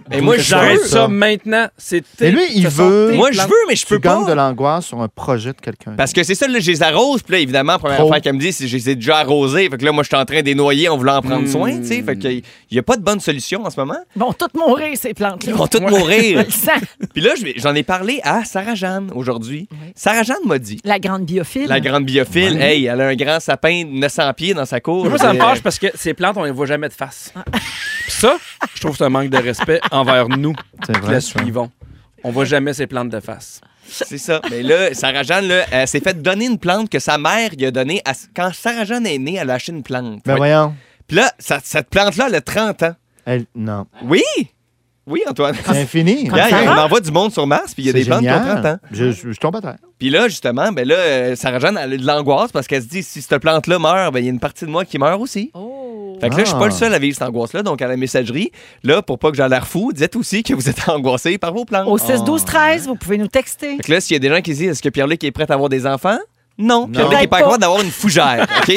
Mais moi, je J'arrête veux. ça maintenant. C'est Mais lui, il veut- Moi, je veux, mais je Tu peux pas. gagnes de l'angoisse sur un projet de quelqu'un. Parce que c'est ça, là, je les arrose. Puis là, évidemment, première Trop. affaire qu'elle me dit, c'est que je les ai déjà arrosés. Fait que là, moi, je suis en train de les noyer en voulant en prendre soin. tu sais. Fait Hmm. qu'il n'y a pas de bonne solution en [LAUGHS] ce moment. Ils vont toutes mourir, ces plantes-là. Ils vont tous [LAUGHS] mourir. Je le sens. Puis là, je vais- j'en ai parlé à Sarah-Jeanne aujourd'hui. Sarah-Jeanne m'a dit, La grande biophile. la grande biophile, hey, elle a un grand sapin de 900 pieds dans sa cour. Moi, ça me Euh, fâche parce que ces plantes, on les voit jamais de face. Puis ça, je trouve que c'est un manque de respect envers nous C'est qui vrai, la ça. suivons. On voit jamais ces plantes de face. C'est ça. Mais là, Sarah-Jeanne, là, elle s'est fait donner une plante que sa mère lui a donnée. à- Quand Sarah-Jeanne est née, elle a acheté une plante. Ben voyons. Puis là, ça- cette plante-là, elle a 30 ans. Elle... Non. Oui! Oui, Antoine. C'est infini. Regarde, ça on va? envoie du monde sur Mars, puis il y a C'est des hein? plantes qui ont génial. 30 ans. Je, je, je tombe à terre. Puis là, justement, ben là, euh, Sarah-Jeanne, elle a de l'angoisse parce qu'elle se dit si cette plante-là meurt, ben il y a une partie de moi qui meurt aussi. Oh. Fait que là, je suis Ah. pas le seul à vivre cette angoisse-là. Donc, à la messagerie, là, pour pas que j'en l'air fou, dites aussi que vous êtes [LAUGHS] angoissé par vos plantes. Au 6, 12, 13, vous pouvez nous texter. Fait que là, s'il y a des gens qui disent est-ce que Pierre-Luc est prêt à avoir des enfants Non. Pierre-Luc n'est Peut-être pas pas. capable d'avoir une fougère, [LAUGHS] OK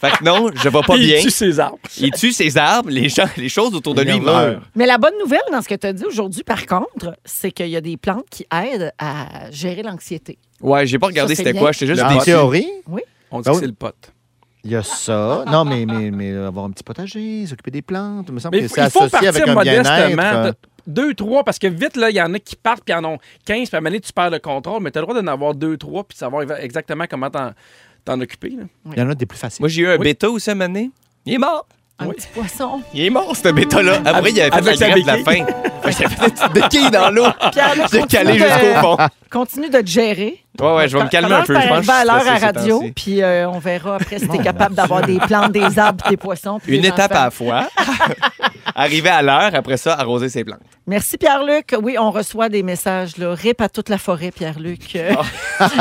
Fait que non, je vais pas Puis bien. tu ces arbres. Il tue ses arbres, les, gens, les choses autour de lui meurent. Mais la bonne nouvelle dans ce que tu as dit aujourd'hui, par contre, c'est qu'il y a des plantes qui aident à gérer l'anxiété. Ouais, j'ai pas regardé Ça, c'est c'était bien. quoi, j'étais juste En déçu. théorie, On dit Ah que oui. c'est le pote. il y a ça. Non, mais, mais, mais euh, avoir un petit potager, s'occuper des plantes, il me semble Mais il que faut- c'est il faut associé avec partir un bien-être. modestement. euh, de- Deux, trois, parce que vite, là, il y en a qui partent, puis en ont 15, puis à un moment donné, tu perds le contrôle, mais tu as le droit d'en avoir deux, trois, puis de savoir exa- exactement comment t'en, t'en occuper. là. Il y en a des plus faciles. Moi, j'ai eu un Oui. bêta aussi à année. Il est mort. Un Oui. petit [LAUGHS] poisson. Il est mort, ce bêta-là. Après, il avait fait Avec la sa grève de la faim. béquille. [LAUGHS] Il avait fait des petites béquilles dans l'eau. Pierre, là, Il a continue calé de- jusqu'au fond. Continue de te gérer. Ouais, ouais, je vais me calmer un peu. Je pense Commence par que arriver à l'heure je suis à stressé ces radio, temps-ci. puis euh, on verra après si t'es capable d'avoir des plantes, des arbres, des poissons. puis Une des étape enfants. à la fois. [LAUGHS] Arriver à l'heure, après ça, arroser ses plantes. Merci Pierre-Luc. Oui, on reçoit des messages. Là. Rip à toute la forêt, Pierre-Luc. Euh, Ah. [LAUGHS]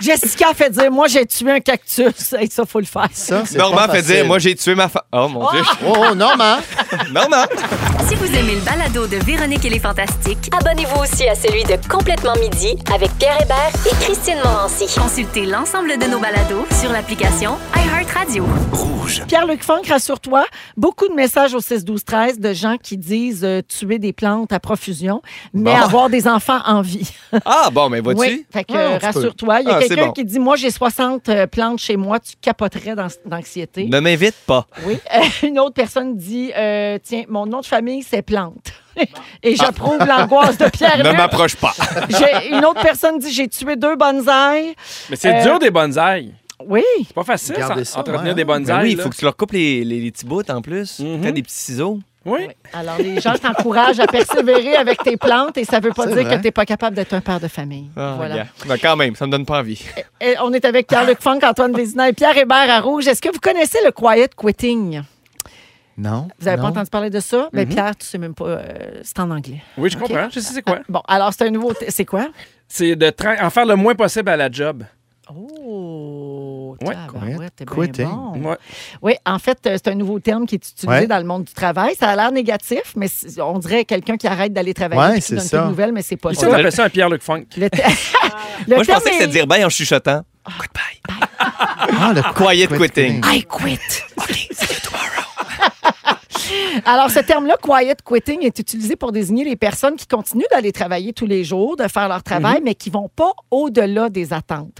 Jessica a fait dire Moi, j'ai tué un cactus. [LAUGHS] Hey, ça, faut le faire. Ça, c'est Normand pas fait dire facile. Moi, j'ai tué ma femme. Oh mon Dieu. Oh, oh, Normand! [LAUGHS] Normand. Si vous aimez le balado de Véronique et les Fantastiques, Abonnez-vous aussi à celui de Complètement Midi avec Pierre Hébert et Christine Morancy. consultez l'ensemble de nos balados sur l'application iHeartRadio. Pierre-Luc Funk, rassure-toi, beaucoup de messages au 6-12-13 de gens qui disent euh, tuer des plantes à profusion, mais Bon. avoir des enfants en vie. Ah, bon, mais [LAUGHS] vois-tu? Oui, fait que, euh, Ah, tu peux. rassure-toi. Il y a Ah, c'est quelqu'un bon. qui dit Moi, j'ai 60 euh, plantes chez moi, tu capoterais dans- d'anxiété. Ne m'invite pas. Oui. [LAUGHS] Une autre personne dit euh, Tiens, mon nom de famille, c'est Plante. [LAUGHS] Et j'approuve l'angoisse de Ne Pierre-Luc. m'approche [LAUGHS] pas. J'ai- Une autre personne dit J'ai tué deux bonsaïs. Mais c'est Euh, dur des bonsailles. Oui. C'est pas facile, Gardez ça, ça, ouais, entretenir des hein. Mais bonsailles. Ben oui, il là. Mm-hmm. faut que tu leur coupes les, les- les petits bouts en plus. Mhm. T'as des petits ciseaux. Oui. Alors, les gens t'encouragent à persévérer avec tes plantes et ça ne veut pas C'est dire vrai. que tu n'es pas capable d'être un père de famille. Ah, voilà. gars. Ben, quand même, ça me donne pas envie. Et on est avec Pierre-Luc Funk, Antoine Vézina et Pierre Hébert à Rouge. Est-ce que vous connaissez le quiet quitting? Non. Vous n'avez pas non. entendu parler de ça? Mais Pierre, tu sais même pas. euh, c'est en anglais. Oui, je Ok. comprends. Je sais c'est quoi. Ah, bon, alors, c'est un nouveau. t- C'est quoi? C'est de tra- en faire le moins possible à la job. Oh, Ouais, tabarouette, t'es bien quitting. bon. Ouais. Oui, en fait, euh, c'est un nouveau terme qui est utilisé Ouais. dans le monde du travail. Ça a l'air négatif, mais c'est- on dirait quelqu'un qui arrête d'aller travailler. Ouais, puis qui c'est donne plus ça. de nouvelles, mais c'est pas Ici, ça. on appelle ça un Pierre-Luc Funk. Le te- [LAUGHS] le Moi, je terme pensais que est- c'était dire bye en chuchotant. Goodbye. Ah, le Quiet quitting. I quit. [LAUGHS] Alors, ce terme-là, quiet quitting, est utilisé pour désigner les personnes qui continuent d'aller travailler tous les jours, de faire leur travail, mais qui vont pas au-delà des attentes.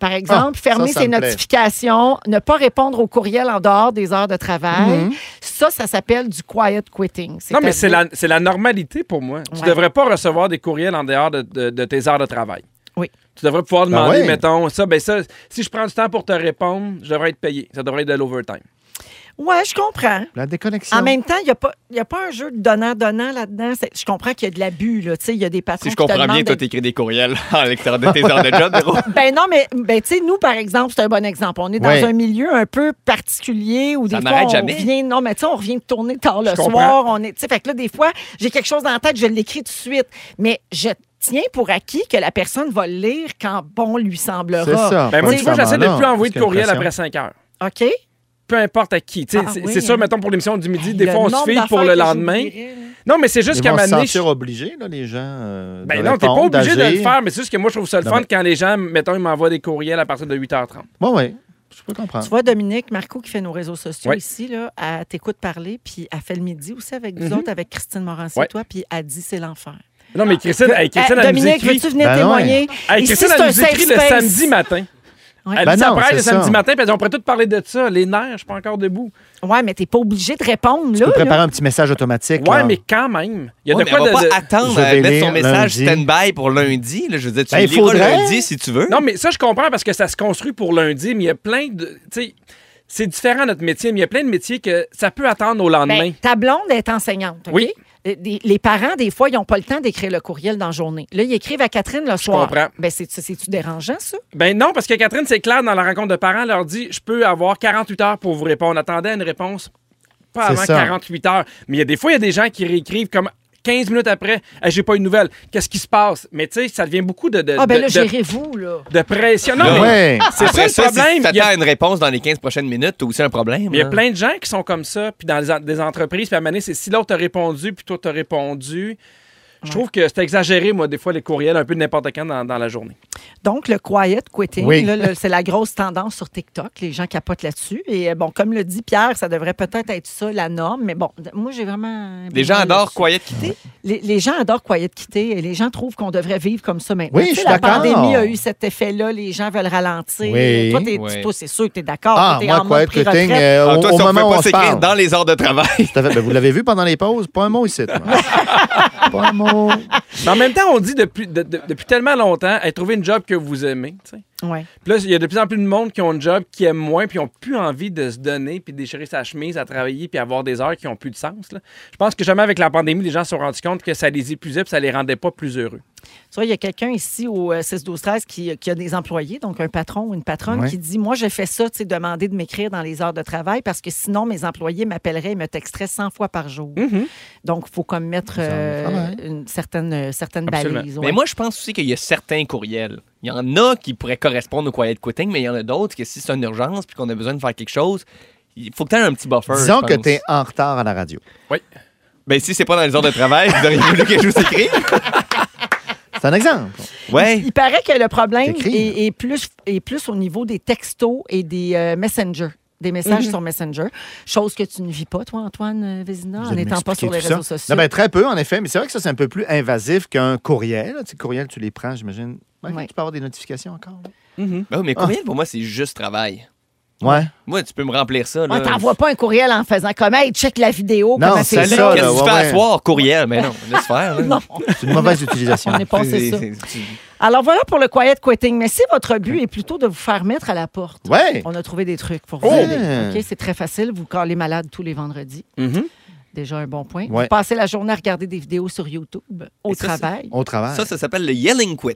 Par exemple, Ah, fermer ça, ça ses me plaît. notifications, ne pas répondre aux courriels en dehors des heures de travail. Ça, ça s'appelle du quiet quitting. Non, C'est-à-dire- mais c'est la, c'est la normalité pour moi. Tu Ouais. devrais pas recevoir des courriels en dehors de, de- de tes heures de travail. Oui. Tu devrais pouvoir demander, ouais. mettons, ça, ben ça, si je prends du temps pour te répondre, je devrais être payé. Ça devrait être de l'overtime. Ouais, je comprends. La déconnexion. En même temps, il n'y a, pas- il y a pas un jeu de donnant-donnant là-dedans. C'est- Je comprends qu'il y a de l'abus. là. Tu sais, Il y a des patrons Si je qui te comprends bien, demandent toi, t'écris des courriels [LAUGHS] à l'extérieur de tes heures de job, Véro. Ben non, mais ben, tu sais, nous, par exemple, c'est un bon exemple. On est dans Ouais. un milieu un peu particulier où Ça des fois, n'arrête on jamais. revient- non, mais tu sais, on revient de tourner tard le Je soir. On est, tu sais, fait que là, des fois, j'ai quelque chose dans la tête, je l'écris tout de suite. Mais je tiens pour acquis que la personne va le lire quand bon lui semblera. C'est ça. Ben, moi, pas des fois, j'essaie de nécessairement, plus non, envoyer parce de qu'il y a courriel une après 5 heures. OK? Peu importe à qui. Tu sais, Ah, c'est oui, c'est sûr, hein. mettons, pour l'émission du midi, des Le fois, on se nombre file pour d'affaires le que lendemain. j'oublierai, là. Non, mais c'est juste Ils qu'à un vont se moment donné, sentir obligés, là, les gens. euh, de Ben non, t'es pas répondre, obligé de le d'agir. faire, mais c'est juste que moi, je trouve ça le Non, fun mais- quand les gens, mettons, ils m'envoient des courriels à partir de 8h30. Bon, oui. Je peux comprendre. Tu vois, Dominique Marco qui fait nos réseaux sociaux Ouais. ici, là, elle t'écoute parler, puis elle fait le midi aussi avec vous Mhm. autres, avec Christine Morancy Ouais. et toi, puis elle dit c'est l'enfer. Non, mais Christine, hey, Christine, Eh, elle nous Dominique, écrit, veux-tu venir Ben ouais. témoigner? hey, Ici, Christine, c'est elle un nous écrit safe le space. samedi matin. Ouais. Elle Ben dit ça non, après c'est le samedi ça. matin, puis elle dit, on pourrait tout parler de ça. Les nerfs, je suis pas encore debout. Ouais, mais t'es pas obligé de répondre, Tu là. peux là. préparer un petit message automatique. Ouais, là. mais quand même. Il y a Ouais, de mais quoi on va de. pas de- attendre Je à vais mettre son lire message lundi. stand-by pour lundi. là. je veux dire, tu Ben, le il liras faudrait. lundi si tu veux. Non, mais ça, je comprends parce que ça se construit pour lundi, mais il y a plein de. Tu sais, c'est différent notre métier, mais il y a plein de métiers que ça peut attendre au lendemain. Ben, ta blonde est enseignante. OK? Oui. Euh, des- les parents, des fois, ils n'ont pas le temps d'écrire le courriel dans la journée. Là, ils écrivent à Catherine le soir. comprends. Ben, c'est- c'est-tu dérangeant, ça? Ben non, parce que Catherine, c'est clair, dans la rencontre de parents, elle leur dit Je peux avoir 48 heures pour vous répondre. Attendez une réponse pas C'est avant ça. 48 heures. Mais il y a des fois, il y a des gens qui réécrivent comme 15 minutes après Hey, J'ai pas une nouvelle. Qu'est-ce qui se passe Mais tu sais, ça devient beaucoup de, de, Ah, ben de- là, de, gérez-vous, là. de pression. Non, Là, mais Ben Ouais. c'est ça Après le ça, si problème. tu Il y a- attends une réponse dans les 15 prochaines minutes, t'as aussi un problème. mais il y a là. plein de gens qui sont comme ça, puis dans les en- des entreprises, puis à un moment donné, c'est si l'autre t'a répondu, puis toi t'as répondu. Je trouve que c'est exagéré, moi, des fois, les courriels un peu de n'importe quand dans, dans la journée. Donc, le quiet quitting, Oui. là, le- c'est la grosse tendance sur TikTok. Les gens capotent là-dessus. Et euh, bon, comme le dit Pierre, ça devrait peut-être être ça, la norme. Mais bon, d- moi, j'ai vraiment... Les gens adorent Quiet Euh, Quitté. Les, les gens adorent Quiet Quitter et les gens trouvent qu'on devrait vivre comme ça maintenant. Oui, Tu sais, je suis La d'accord. pandémie a eu cet effet-là. Les gens veulent ralentir. Oui. Toi, t'es- Oui. toi, c'est sûr que tu es d'accord. Ah, T'es en moi, mode quiet quitting, pré-retraite. euh, Ah, au, toi, au si on moment où pouvait on pas se s'écrire parle. dans les heures de travail. Tout à fait. Ben, vous l'avez vu pendant les pauses, pas un mot ici. [LAUGHS] moi. pas un mot. Mais en même temps, on dit depuis, de- de- depuis tellement longtemps, hey, trouvez une job que vous aimez. tu sais. Ouais. Puis là, il y a de plus en plus de monde qui ont un job qui aiment moins, puis qui n'ont plus envie de se donner, puis de déchirer sa chemise, à travailler, puis avoir des heures qui n'ont plus de sens. là. Je pense que jamais avec la pandémie, les gens se sont rendus compte que ça les épuisait, puis ça les rendait pas plus heureux. Tu vois, il y a quelqu'un ici au euh, 6-12-13 qui, qui a des employés, donc un patron ou une patronne, Ouais. qui dit Moi, je fais ça, tu sais, demander de m'écrire dans les heures de travail parce que sinon, mes employés m'appelleraient et me texteraient 100 fois par jour. Mm-hmm. Donc, il faut comme mettre Les heures de euh, travail. une certaine, euh, certaine Absolument. balise. ouais. Mais moi, je pense aussi qu'il y a certains courriels. Il y en a qui pourraient correspondre au quiet quitting, mais il y en a d'autres que si c'est une urgence puis qu'on a besoin de faire quelque chose, il faut que tu aies un petit buffer. Disons je que pense. t'es en retard à la radio. Ben, si c'est pas dans les heures de travail, vous auriez voulu que je vous écrive. C'est un exemple. Ouais. Il paraît que le problème T'écris, est, est plus, est plus au niveau des textos et des euh, messengers. Des Mhm. messages sur Messenger. Chose que tu ne vis pas, toi, Antoine euh, Vézina, Vous en allez n'étant pas m'expliquer sur les tout réseaux ça. sociaux. Non, ben, très peu, en effet. Mais c'est vrai que ça, c'est un peu plus invasif qu'un courriel. Tu sais, courriel, tu les prends, j'imagine. Ouais, Ouais. Tu peux avoir des notifications encore. Ben Ah. oui, mais courriel, pour moi, c'est juste travail. Ouais. Moi, tu peux me remplir ça. On Là. t'envoie pas un courriel en faisant comme Hey, check la vidéo, Non, comment c'est salut, Salut, ça. là, qu'est-ce que tu ouais, fais à ouais. soir? Courriel. Mais non, [LAUGHS] laisse faire. là. Non, C'est une mauvaise utilisation. [LAUGHS] on est passé ça. Ah, C'est- c'est- Alors voilà pour le quiet quitting. Mais si votre but est plutôt de vous faire mettre à la porte, [LAUGHS] Ouais. on a trouvé des trucs pour vous Oh! aider. OK, c'est très facile. Vous les malade tous les vendredis. Déjà un bon point. Ouais. Vous passez la journée à regarder des vidéos sur YouTube au Et ça, c'est- travail. Au travail. Ça, ça s'appelle le yelling quit.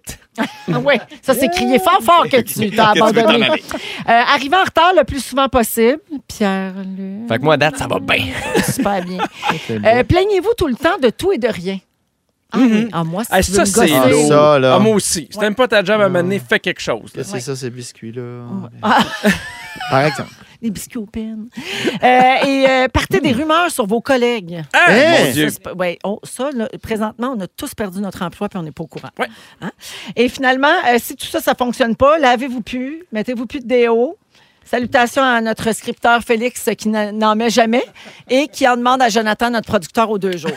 Ah ouais, ça c'est crier fort fort que [LAUGHS] tu t'as Que tu veux t'en abandonné. aller. Euh, arriver en retard le plus souvent possible. Pierre, [LAUGHS] Luc, Fait que moi, à date, ça va bien. super bien. C'est beau. Euh, Plaignez-vous tout le temps de tout et de rien. Ah, oui. Mhm. Ah, moi, si Ah, tu veux ça, me c'est gosser- Ah, lourd. ça, là. Ah, moi aussi. Si t'aimes pas ta job à mener, fais quelque chose. là. Qu'est-ce que c'est ça, ces biscuits-là? Ah. Par exemple. Des biscuits aux peines. Euh, et euh, partez des rumeurs sur vos collègues. Ah, Hey! mon Dieu. Ça, c'est pas- ouais, oh, ça, là, présentement, on a tous perdu notre emploi puis on n'est pas au courant. Ouais. Hein? Et finalement, euh, si tout ça, ça ne fonctionne pas, lavez-vous plus, mettez-vous plus de déo. Salutations à notre scripteur Félix euh, qui n'a- n'en met jamais et qui en demande à Jonathan, notre producteur, aux deux jours.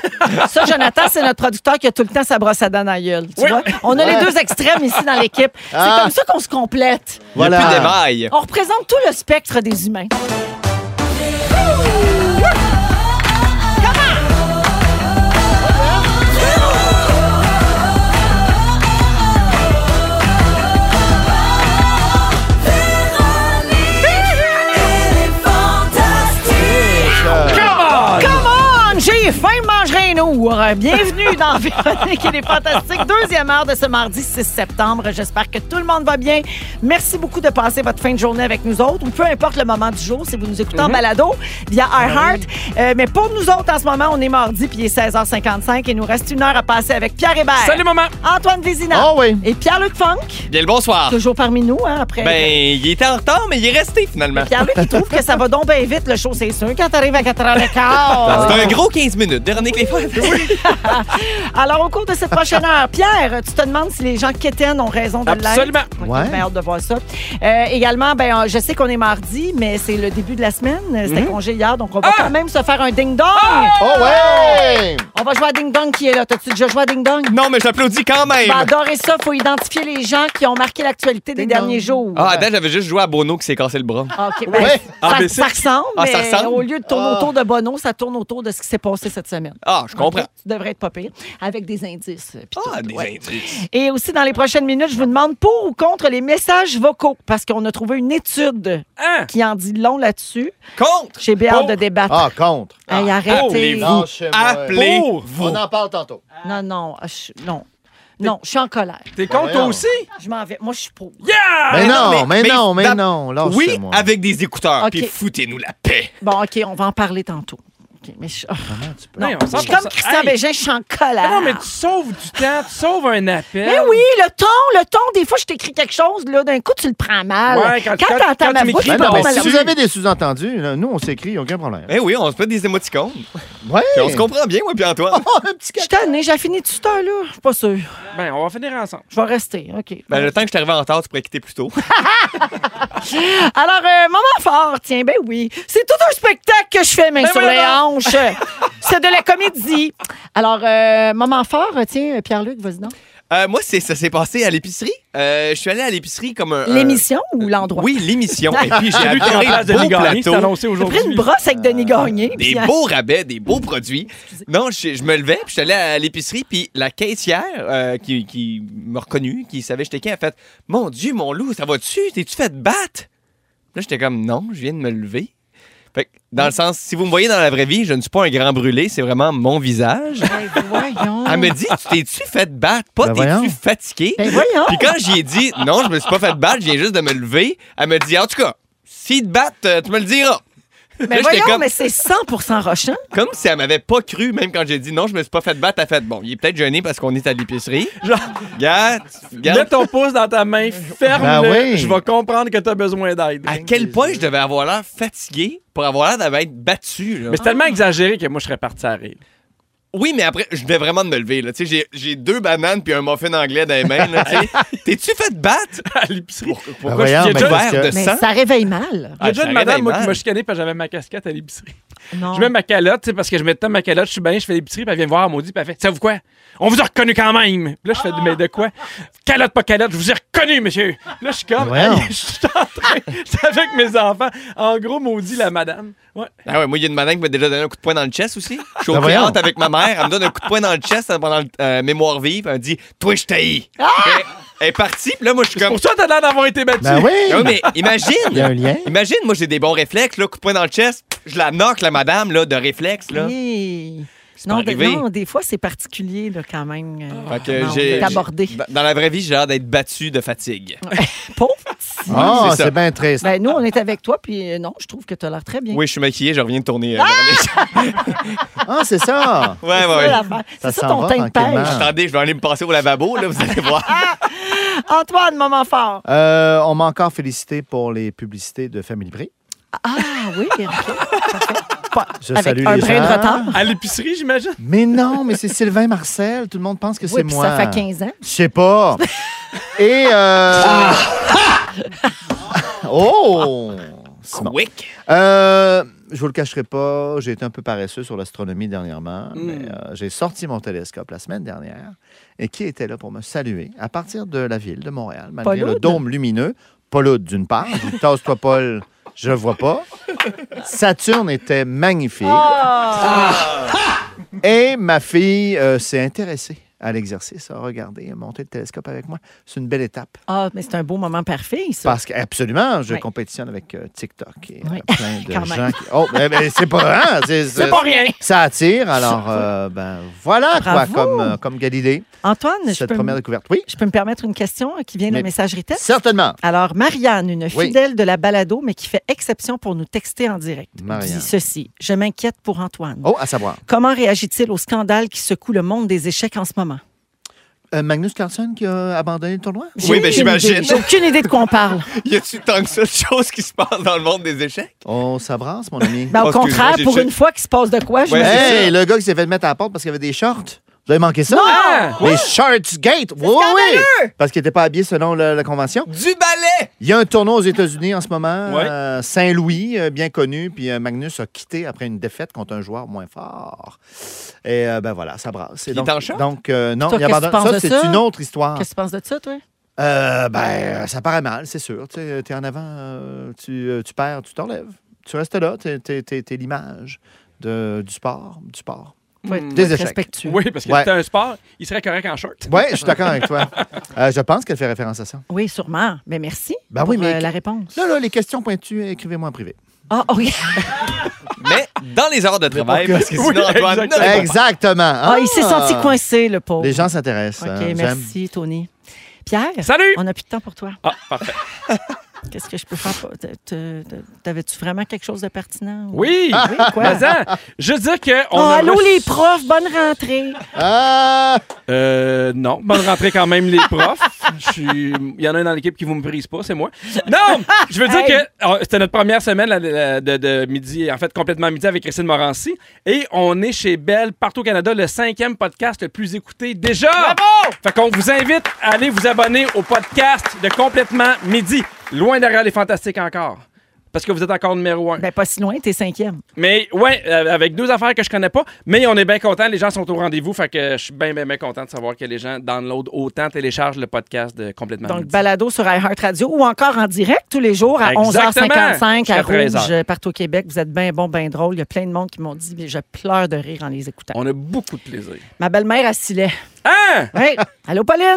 Ça, Jonathan, c'est notre producteur qui a tout le temps sa brosse à dents dans la gueule, tu Oui. vois? On a les deux extrêmes ici dans l'équipe. C'est Ah. comme ça qu'on se complète. Il y a plus Voilà. d'émail. On représente tout le spectre des humains. Come on! J'ai faim, je mangerai un ours. Bienvenue dans [LAUGHS] Véronique et les Fantastiques. Deuxième heure de ce mardi 6 septembre. J'espère que tout le monde va bien. Merci beaucoup de passer votre fin de journée avec nous autres, ou peu importe le moment du jour, si vous nous écoutez Mhm. en balado via Ah iHeart. Euh, mais pour nous autres, en ce moment, on est mardi, puis il est 16h55, et il nous reste une heure à passer avec Pierre Hébert, Salut, maman! Antoine Vézina Oh. Ah oui. et Pierre-Luc Funk, Bien le bonsoir. toujours parmi nous, hein, après... Ah. Ben, il était en retard, mais il est resté finalement. Pierre-Luc, il trouve que ça va donc bien vite, le show, c'est sûr, quand t'arrives à 4h15. [LAUGHS] C'est un gros 15 minutes. Dernier que les [LAUGHS] fêtes. Alors, au cours de cette prochaine heure, Pierre, tu te demandes si les gens quétaines ont raison de l'être. Absolument. Oui, Ouais. j'ai bien hâte de voir ça. Euh, également, ben, euh, je sais qu'on est mardi, mais c'est le début de la semaine. Euh, C'était congé hier, donc on va quand même se faire un ding-dong. Oh ouais! On va jouer à ding-dong qui est là. T'as-tu déjà joué à ding-dong? Non, mais j'applaudis quand même. Ah, Ben, Bah, adorer ça. faut identifier les gens qui ont marqué l'actualité des derniers jours. bah. Ah, Adam, j'avais juste joué à Bono qui s'est cassé le bras. OK, ben, Ouais. ça, Ah, mais ça c'est- ressemble, Ah, ça mais ressemble? au lieu de tourner autour de Bono, ça tourne autour de ce qui s'est passé cette semaine. Ah, je comprends. Tu devrais être pas pire, avec des indices. euh, pis Ah, tout, des ouais. indices. Et aussi, dans les prochaines minutes, je vous demande pour ou contre les messages vocaux, parce qu'on a trouvé une étude Hein? qui en dit long là-dessus. Contre. J'ai bien hâte de Pour. débattre. Ah, contre. Hey, arrêtez. Ah, chez moi. Appelez-vous. On en parle tantôt. non, non, je, non. Non, je suis en colère. T'es contre, toi voyons. aussi? Je m'en vais. Moi, je suis pour. Yeah! Mais non, mais mais- non, mais mais- non. lâche Oui, moi. avec des écouteurs. Ok. Puis foutez-nous la paix. Bon, OK, on va en parler tantôt. OK, mais je, oh, Non, on je s'en suis comme Christian Hey, Bégin, je suis en colère. Non, mais tu sauves du temps, tu sauves un appel. Mais Ben oui, le ton, le ton, des fois, je t'écris quelque chose, là, d'un coup, tu le prends mal. Ouais, quand- quand- t'entends quand ma tu voix, tu m'écris, Mais ben prends non, on mais mal. si vous avez des sous-entendus, là, nous, on s'écrit, aucun problème. Eh oui, on se fait des émoticônes. Puis Ouais. Ben on se comprend bien, moi, [LAUGHS] puis Antoine. un petit Je suis tannée, j'ai fini tout ça, là. Je suis pas sûre. Ben, on va finir ensemble. Je vais rester, OK. Ben, le temps que je t'arrive en retard, tu pourrais quitter plus tôt. Alors, euh, moment fort, tiens, ben oui. C'est tout un spectacle que je fais, main sur voyons les hanches. C'est de la comédie. Alors, euh, moment fort, euh, tiens, Pierre-Luc, vas-y donc. Euh, moi, c'est, ça s'est passé à l'épicerie. Euh, je suis allé à l'épicerie comme un. un- L'émission ou l'endroit? Euh, Oui, l'émission. Et puis, [LAUGHS] j'ai J'ai vu adoré qu'en place le de beau Nigani, c'est plateau. annoncé J'ai pris une aujourd'hui. brosse avec Denis Gagné. Des puis, euh, beaux rabais, des beaux produits. Non, je, je me levais, puis je suis allé à l'épicerie, puis la caissière euh, qui, qui m'a reconnu, qui savait j'étais qui, a fait Mon Dieu, mon loup, ça va-tu T'es-tu fait battre Là, j'étais comme Non, je viens de me lever. Fait que, dans le sens, si vous me voyez dans la vraie vie, je ne suis pas un grand brûlé, c'est vraiment mon visage. ben voyons. Elle me dit Tu t'es-tu fait battre Pas Ben voyons. t'es-tu fatigué Ben voyons. Puis quand j'y ai dit non, je me suis pas fait battre, je viens juste de me lever, elle me dit en tout cas, s'ils te battent, euh, tu me le diras. Ben Là, j'étais voyons, comme, mais c'est 100 rochant. comme si elle m'avait pas cru, même quand j'ai dit non, je me suis pas fait battre, elle a fait bon, il est peut-être gêné parce qu'on est à l'épicerie. Genre, regarde, Mets regarde ton pouce dans ta main, ferme-le. Ben oui. Je vais comprendre que t'as besoin d'aide. à quel point je devais avoir l'air fatigué pour avoir l'air d'être battu. là. Mais c'est tellement exagéré que moi, je serais parti à rire. Oui, mais après, je devais vraiment de me lever. là. Tu sais, j'ai- j'ai deux bananes puis un muffin anglais dans les mains. là, tu [LAUGHS] sais. T'es-tu fait battre? [LAUGHS] À l'épicerie. Ben Pourquoi voyons, je mais suis déjà- parce Verre que- de Mais sang? ça réveille mal. Il y a déjà Ah, une j'aurais madame, moi, mal. qui m'a chicané parce que j'avais ma casquette à l'épicerie. Non. Je mets ma calotte, tu sais, parce que je mets tant ma calotte, je suis bien, je fais l'épicerie, puis elle vient me voir, elle maudit, puis elle fait Ça vous quoi On vous a reconnu quand même. Puis là, je fais Mais de quoi Calotte, pas calotte, je vous ai reconnu, monsieur. Puis Là, je suis comme Ben Voyons. Hey, [LAUGHS] Je suis en train. J'étais avec mes enfants. En gros, maudit la madame. Ouais. Ah ouais, moi, il y a une madame qui m'a déjà donné un coup de poing dans le chest aussi. Je suis au Ben voyons. cliente avec ma mère. Elle me donne un coup de poing dans le chest pendant le euh, mémoire vive. Elle me dit Toi, je t'haïs. Elle est partie, puis là, moi, je suis comme. Ah! Pour ça, t'as l'air d'avoir été battu. Ben oui! Ouais, mais imagine! Il y a un lien. Imagine, moi, j'ai des bons réflexes, là, coup de poing dans le chest, je la knock, la madame, là, de réflexe, là. Hey. pas Non, de- arrivé. Ah. non, des fois, c'est particulier, là, quand même. euh, Fait que non, j'ai- ben d'être abordé. Dans- Dans la vraie vie, j'ai l'air d'être battu de fatigue. Pauvre petit. Ah, c'est ça. c'est bien triste. Ben, nous, on est avec toi, puis euh, non, je trouve que tu as l'air très bien. Oui, je suis maquillé, je reviens de tourner. euh, [LAUGHS] Ah, c'est ça! ouais, C'est ouais, ça, ouais. l'affaire. Ça C'est ça s'en ton va teint de tranquillement. pêche. Attendez, je vais aller me passer au lavabo, là, vous allez voir. Ah! Antoine, moment fort. Euh, on m'a encore félicité pour les publicités de Family Prix. Ah oui, ok. Parfait. Pas- Je Avec salue Ah, un les brin de gens. retard. À l'épicerie, j'imagine. Mais non, mais c'est Sylvain Marcel. Tout le monde pense que c'est Oui, puis moi. ça fait 15 ans. Je sais pas. Et. euh, [LAUGHS] [LAUGHS] oh! Simon. Quick! Euh, je vous le cacherai pas, j'ai été un peu paresseux sur l'astronomie dernièrement, mais euh, j'ai sorti mon télescope la semaine dernière et qui était là pour me saluer à partir de la ville de Montréal, malgré le Paul-Aude? dôme lumineux. Paul d'une part, tasse-toi Paul, je vois pas. Saturne était magnifique. Et ma fille euh, s'est intéressée à l'exercice, à regarder, à monter le télescope avec moi. C'est une belle étape. Ah, mais c'est un beau moment parfait, ça. Parce que, absolument, je Oui. compétitionne avec euh, TikTok et euh, Oui. [LAUGHS] plein de Quand même. gens qui. Oh, mais, mais c'est pas. hein, c'est, C'est pas rien. Ça attire. Alors, euh, ben, voilà quoi, Bravo. comme, euh, comme Galilée, Antoine, je cette peux, première me, découverte. Oui, je peux me permettre une question qui vient de la Mais- messagerie texte? certainement. Alors, Marianne, une Oui. fidèle de la balado, mais qui fait exception pour nous texter en direct, Marianne. dit ceci. Je m'inquiète pour Antoine. Oh, à savoir. Comment réagit-il au scandale qui secoue le monde des échecs en ce moment? Euh, Magnus Carlsen qui a abandonné le tournoi? J'ai Oui, ben, aucune j'imagine. idée. J'ai aucune idée de quoi on parle. Y a-tu tant que ça de choses qui se passent dans le monde des échecs? On s'abrasse, mon ami. [LAUGHS] Ben, au Oh, excuse-moi, contraire, j'ai- pour j'ai- une fois qu'il se passe de quoi, je Ouais, me dis- c'est hey, ça. le gars qui s'est fait mettre à la porte parce qu'il y avait des shorts. Vous avez manqué ça? Ah! Les shorts gate. Oui, oui. Parce qu'il n'était pas habillé selon la- la convention. Du ballet! Il y a un tournoi aux États-Unis en ce moment, Ouais. euh, Saint-Louis, euh, bien connu, puis euh, Magnus a quitté après une défaite contre un joueur moins fort. Et euh, ben voilà, ça brasse. Et Il donc, est en short? Donc euh, non, Toi, il qu'est-ce que abandonne. tu penses de Ça, c'est ça? une autre histoire. Qu'est-ce que tu penses de ça, toi? Euh, ben, euh, ça paraît mal, c'est sûr. Tu es en avant, euh, tu, euh, tu perds, tu t'enlèves. Tu restes là, tu es, l'image de- du sport, du sport. Faut être- Des faut être échecs. respectueux. Oui, parce que Ouais. c'était un sport, il serait correct en short. Oui, je suis d'accord [LAUGHS] avec toi. Euh, je pense qu'elle fait référence à ça. Oui, sûrement. Mais merci Ben pour oui, mais- euh, la réponse. Là, là, les questions pointues, écrivez-moi en privé. Ah, oui. Mais dans les heures de travail, pourquoi? parce que sinon, Oui, Antoine, exactement. non, Exactement. Ah, il s'est senti coincé, le pauvre. Les gens s'intéressent. OK, hein. J'aime. merci, Tony. Pierre, Salut! on n'a plus de temps pour toi. Ah, parfait. Qu'est-ce que je peux faire? pour- te- te- te- T'avais-tu vraiment quelque chose de pertinent? Oui! Oui, quoi? Mais hein, je veux dire que. Oh, On a allô, reçu- les profs, bonne rentrée. Ah! Euh, non. Bonne rentrée quand même, les profs. Je suis- Il y en a un dans l'équipe qui vous me brise pas, c'est moi. Non! Je veux dire Hey. que oh, c'était notre première semaine la- la- de, de midi, en fait, complètement midi avec Christine Morancy. Et on est chez Belle, partout au Canada, le cinquième podcast le plus écouté déjà. Bravo! Fait qu'on vous invite à aller vous abonner au podcast de Complètement Midi. Loin derrière les fantastiques encore. Parce que vous êtes encore numéro un. Ben, pas si loin, t'es cinquième. Mais ouais, euh, avec deux affaires que je connais pas, mais on est bien content, les gens sont au rendez-vous, fait que je suis bien bien bien content de savoir que les gens download autant téléchargent le podcast de complètement Donc, Midi. balado sur iHeartRadio ou encore en direct tous les jours à Exactement. 11h55 à Jusqu'à 13 Rouge, heures. euh, partout au Québec. Vous êtes bien bon, bien drôle. Il y a plein de monde qui m'ont dit, mais je pleure de rire en les écoutant. on a beaucoup de plaisir. Ma belle-mère à Silet. Hein Hey, allô, Pauline?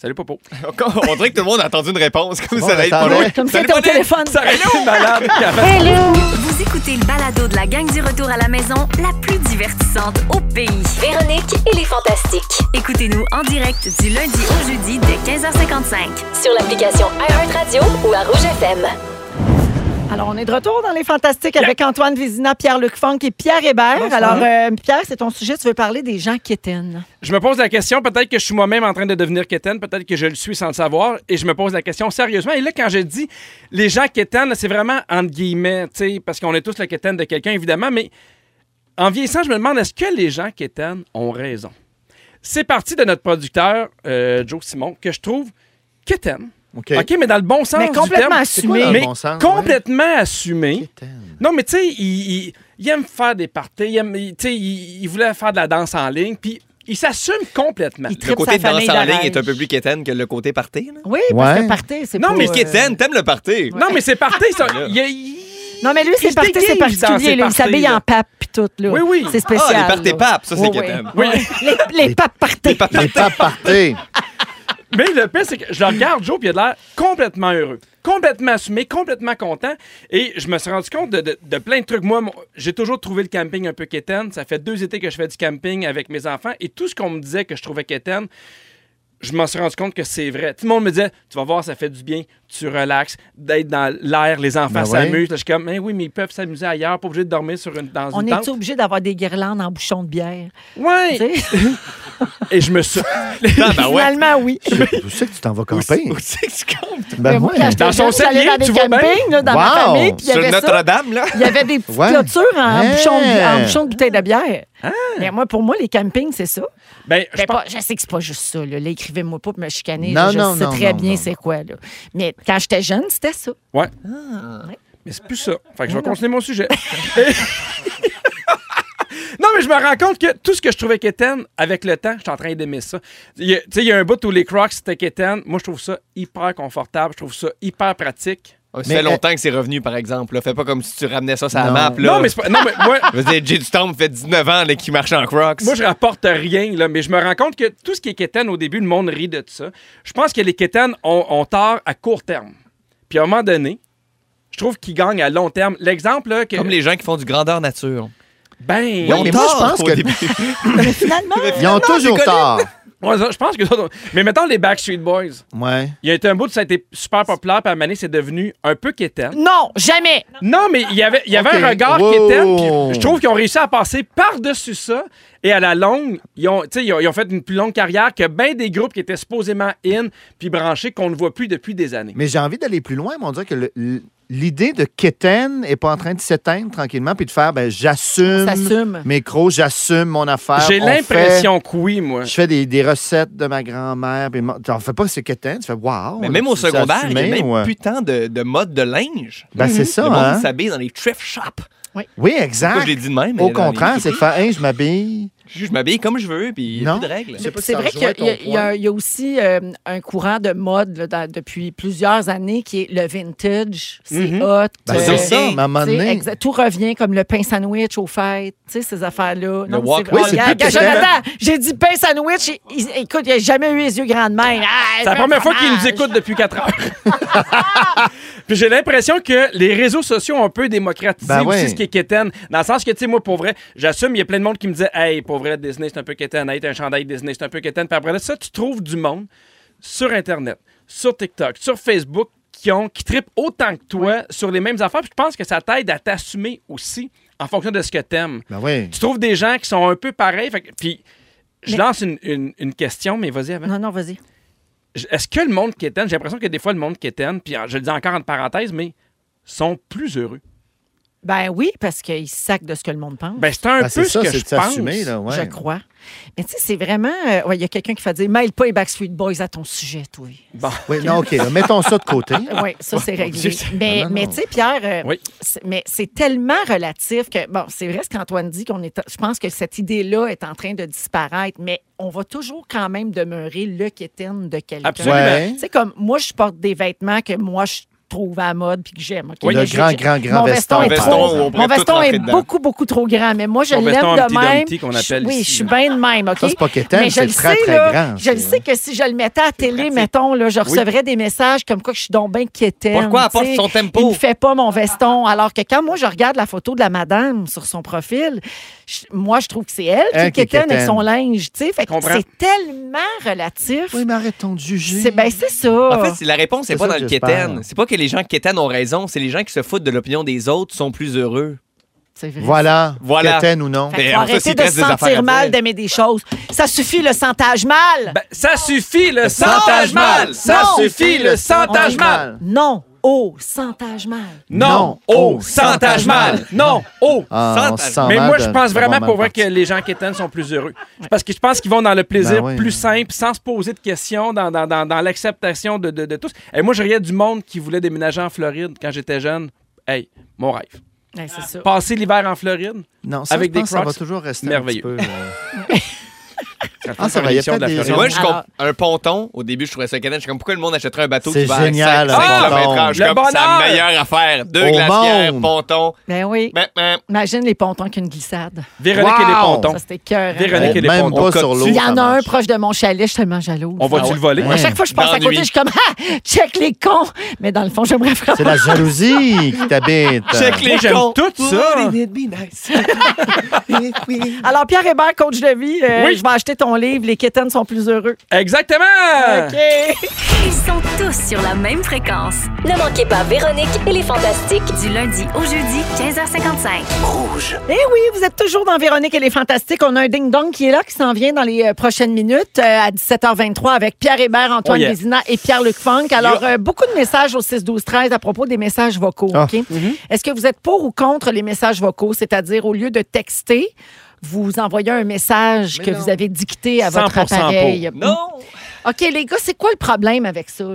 Salut Popo. on dirait que tout le monde a attendu une réponse, comme ça va être pas attendez. loin. Comme si Salut, c'était au Pauline! téléphone. Ça aurait été malade. qu'il a fait- Vous écoutez le balado de la gang du retour à la maison, la plus divertissante au pays. Véronique et les Fantastiques. Écoutez-nous en direct du lundi au jeudi dès 15h55. Sur l'application iHeartRadio ou à Rouge FM. Alors, on est de retour dans les Fantastiques avec Antoine Vézina, Pierre-Luc Funk et Pierre Hébert. Alors, euh, Pierre, c'est ton sujet. Tu veux parler des gens qui éteignent. Je me pose la question, peut-être que je suis moi-même en train de devenir quétaine, peut-être que je le suis sans le savoir, et je me pose la question sérieusement. Et là, quand je dis les gens quétaines, là, c'est vraiment entre guillemets, tu sais, parce qu'on est tous le quétaine de quelqu'un, évidemment, mais en vieillissant, je me demande est-ce que les gens quétaines ont raison? C'est parti de notre producteur, euh, Joe Simon, que je trouve quétaine. OK. OK, mais dans le bon sens Mais du complètement terme. assumé. C'est quoi, dans le Mais bon sens, complètement assumé. Quétaine. Non, mais tu sais, il, il- il aime faire des parties, il, aime- il- tu sais, il- il voulait faire de la danse en ligne, puis il s'assume complètement. Il Le tripe côté sa de danse famille en ligne d'arrache. est un peu plus quétaine que le côté party. là. Oui, parce Ouais. que party, c'est Non, pas, mais euh, Quétaine, t'aimes le party? Ah, Non, mais c'est parti, ça. Là. Il, il- Non, mais lui, Il c'est se parti, c'est déguise dans particulier. ses là. Il parties, s'habille là. en pape puis tout. Là. Oui, oui. C'est spécial. Ah, les parties là. [LAUGHS] papes, ça, c'est Oui, quétaine. oui. Les, les papes parties. Les papes parties. Mais le pire, c'est que je le regarde, Joe, puis il a l'air complètement heureux, complètement assumé, complètement content. Et je me suis rendu compte de, de- de plein de trucs. Moi, mon- j'ai toujours trouvé le camping un peu quétaine. Ça fait deux étés que je fais du camping avec mes enfants. Et tout ce qu'on me disait que je trouvais quétaine, je m'en suis rendu compte que c'est vrai. Tout le monde me disait, tu vas voir, ça fait du bien, tu relaxes, d'être dans l'air, les enfants Ben ouais. s'amusent. Là, Je suis comme, mais oui, mais ils peuvent s'amuser ailleurs, pas obligé de dormir sur une, dans On une est tente. obligé d'avoir des guirlandes en bouchon de bière. Ouais. Tu sais? Et je me [LAUGHS] suis. Ah, Ah, ben ben Finalement, oui. Où c'est que tu t'en vas camper? Où c'est que tu comptes? Ben Moi, ouais. quand j'étais Dans son jeune, j'allais cellier, dans des tu vois bien? campings, là, dans ma Wow! famille, puis il y Sur avait ça. Notre-Dame, là? Il y avait des petites Ouais. clôtures en, Hein? bouchon de, en bouchon de bouteille de bière. Mais moi, pour moi, les campings, c'est ça. Ben, je Ah. Ben, pense- pas- je sais que c'est pas juste ça. Là, Là, écrivez-moi pas pour me chicaner. Non, là, je non, sais non, très non, bien non. c'est quoi. Là. Mais quand j'étais jeune, c'était ça. Ouais. Mais c'est plus ça. Fait que je vais continuer mon sujet. [LAUGHS] Non, mais je me rends compte que tout ce que je trouvais quétaine, avec le temps, je suis en train d'aimer ça. Il y a- Tu sais, il y a un bout où les Crocs, c'était quétaine. Moi, je trouve ça hyper confortable. Je trouve ça hyper pratique. Ça Mais, euh, fait longtemps que c'est revenu, par exemple. là. Fais pas comme si tu ramenais ça sur la Non. map. Là. Non, mais c'est pas... Non, mais [LAUGHS] moi, Je veux dire, Jay du Temple fait 19 ans là, qu'il marche en Crocs. Moi, je rapporte rien, là, mais je me rends compte que tout ce qui est quétaine, au début, le monde rit de ça. Je pense que les quétaines ont, ont tort à court terme. Puis à un moment donné, je trouve qu'ils gagnent à long terme. L'exemple, là, que... Comme les gens qui font du grandeur nature. Ben... Ils ont mais moi, tort je pense au que- début. Finalement, Ils ont toujours tort. Ouais, ça, je pense que... Mais mettons les Backstreet Boys. Ouais. Il y a été un bout où ça a été super populaire, puis à un moment donné, c'est devenu un peu quétaine. non, jamais. Non, mais il y avait, il y avait Ok. un regard Wow. qui était. puis Je trouve qu'ils ont réussi à passer par-dessus ça. Et à la longue, ils ont, tu sais, ils ont, ils ont fait une plus longue carrière que bien des groupes qui étaient supposément in puis branchés qu'on ne voit plus depuis des années. Mais j'ai envie d'aller plus loin, mais on dirait que le- l- l'idée de Keten est pas en train de s'éteindre tranquillement puis de faire ben, On j'assume s'assume. mes crocs, j'assume mon affaire. J'ai on l'impression que oui, moi. fait- Je fais des, des recettes de ma grand-mère. puis mon- T'en fais pas que c'est Keten, tu fais waouh. Mais même au c'est secondaire, il y a assumé, même ouais. plus tant de, de mode de linge. Ben, c'est ça, Le monde hein. s'habille dans les thrift shops. Oui, Pourquoi exact. je l'ai dit de même? mais Au dans les- contraire, c'est de faire Hey, je m'habille. Je je m'habille comme je veux, puis il n'y a Non. plus de règles. Je sais pas si C'est ça vrai qu'il y, rejoint a- ton il y a- il y point. a- il y a aussi euh, un courant de mode là, dans- depuis plusieurs années qui est le vintage. C'est hot. Ben, euh, c'est ça, mais à un moment tu sais, donné. exa- tout revient comme le pain sandwich au fait, tu sais, ces affaires-là. Non, mais walk- vrai. oui, c'est Regarde, plus Jonathan, présent. j'ai dit pain sandwich. et- il- écoute, il n'a jamais eu les yeux grands de même. Ah, C'est je la veux première un fois qu'ils nous fromage. écoutent depuis 4 heures. Puis j'ai l'impression que les réseaux sociaux ont un peu démocratisé Ben ouais. aussi ce qui est quétaine. Dans le sens que, tu sais, moi, pour vrai, j'assume, il y a plein de monde qui me disait Hey, pour vrai, Disney, c'est un peu quétaine. Hey, t'as un chandail Disney, c'est un peu quétaine. Puis après là, ça, tu trouves du monde sur Internet, sur TikTok, sur Facebook qui, ont, qui tripent autant que toi sur les mêmes affaires. Puis je pense que ça t'aide à t'assumer aussi en fonction de ce que t'aimes. Ben oui. Tu trouves des gens qui sont un peu pareils. Fait que- puis je lance une, une- une question, mais vas-y avant. Non, non, vas-y. J- Est-ce que le monde quétaine, j'ai l'impression que des fois le monde quétaine, puis euh, je le dis encore en parenthèse, mais sont plus heureux. Ben oui, parce qu'ils sacent de ce que le monde pense. Ben c'est un Ben, peu c'est ce ça, que c'est je de s'assumer. pense. là, ouais. Je crois. Mais tu sais, c'est vraiment. euh, ouais, Il y a quelqu'un qui va dire Mêle pas les Backstreet Boys à ton sujet, toi. Bon. Oui, non, OK, là, mettons ça [LAUGHS] de côté. Oui, ça, c'est Ah, Dieu, réglé. c'est- Mais, Non, non, mais non. tu sais, Pierre, euh, Oui. c'est- mais c'est tellement relatif que, bon, c'est vrai ce qu'Antoine dit, qu'on est, je pense que cette idée-là est en train de disparaître, mais on va toujours quand même demeurer le quétaine de quelqu'un. Absolument. Ouais. Tu sais, comme moi, je porte des vêtements que moi, je trouve à la mode puis que j'aime. ok? Oui. Mais Le je- grand, je- grand, grand mon veston. veston est Veston trop- où on pourrait Mon tout veston rentrer est dedans. beaucoup, beaucoup trop grand, mais moi, je Ton l'aime veston de Humpty même. Dumpty qu'on Je- appelle Oui, ici, je suis là. bien de même, OK? Ça, c'est pas quétaine, Mais je c'est le très, sais, très là, grand, Je le ça. hein. sais que si je le mettais à la télé, mettons, là, je recevrais des messages comme quoi que je suis donc bien quétaine. Pourquoi elle porte tu sais. son tempo? Il me fait pas mon veston. Alors que quand moi, je regarde la photo de la madame sur son profil, je- moi, je trouve que c'est elle qui Elle est qui est quétaine avec quétaine. son linge, tu sais. Fait que Comprends. c'est tellement relatif. Oui, mais arrêtons de juger. C'est ben c'est ça. En fait, c'est- la réponse C'est c'est pas ça dans que le j'espère. quétaine. C'est pas que les gens quétaines ont raison, c'est les gens qui se foutent de l'opinion des autres sont plus heureux. C'est vrai. Voilà. Voilà. Quétaine ou non. Fait qu'il Mais faut en fait, arrêter s'il de reste se des affaires sentir à mal dire. d'aimer des choses. Ça suffit le sentage mal. Ben, ça suffit le santage mal! Ça Non! suffit le santage mal! Ben, non au sentage mal. Non! Non! Oh, Oh, santage santage mal! Non! Oh! Ah, on Santage. se sent Mais mal moi, de- je pense vraiment mal pour vrai que parti. les gens quétaines sont plus heureux. Parce que je pense qu'ils vont dans le plaisir Ben oui. plus simple, sans se poser de questions, dans, dans, dans, dans l'acceptation de, de, de tous. Et moi, je riais du monde qui voulait déménager en Floride quand j'étais jeune. Hey, mon rêve. Ouais, Ben, Ah. c'est ça. Passer l'hiver en Floride, Non, ça, Avec je pense des que ça va Crocs, toujours rester merveilleux. un petit peu... euh, quand Ah, ça va, on fait une y a émission de la peut-être des Floride. gens- Moi, je Alors- comp- un ponton, au début, je trouvais ça canin. Je suis comme, pourquoi le monde achèterait un bateau C'est qui va à génial, 5 un kilomètres ponton. heure? Je suis Le comme, c'est la bonheur. meilleure affaire. Deux Au glacières, monde. Euh, ponton. Ben oui. Ben, ben. Imagine les pontons avec une glissade. Véronique et les Wow! pontons. Ça, c'était cœur. hein. Véronique et les Même pontons. pas sur l'eau. Il y en ça a un marche. Ah proche de mon chalet, je suis tellement jalouse. On va-tu le voler? À chaque fois que je passe à D'ennui. côté, je suis comme Ah, check les cons! Mais dans le fond, j'aimerais vraiment. C'est la jalousie qui [LAUGHS] t'habite. Check les Moi, j'aime cons. tout ça. Alors, Pierre Hébert, coach de vie, euh, Oui. je vais acheter ton livre Les Kittens sont plus heureux. Exactement. Ils sont tous sur la même fréquence. Ne manquez pas Véronique et les Fantastiques. Du lundi au jeudi, 15h55. Eh oui, vous êtes toujours dans Véronique et les Fantastiques. On a un ding-dong qui est là, qui s'en vient dans les euh, prochaines minutes euh, à 17h23 avec Pierre Hébert, Antoine Oh yeah. Vézina et Pierre-Luc Funk. Alors, euh, beaucoup de messages au 6-12-13 à propos des messages vocaux. Ah. OK? Est-ce que vous êtes pour ou contre les messages vocaux? C'est-à-dire, au lieu de texter, vous envoyez un message que vous avez dicté à votre 100% appareil. Non! OK, les gars, c'est quoi le problème avec ça, là?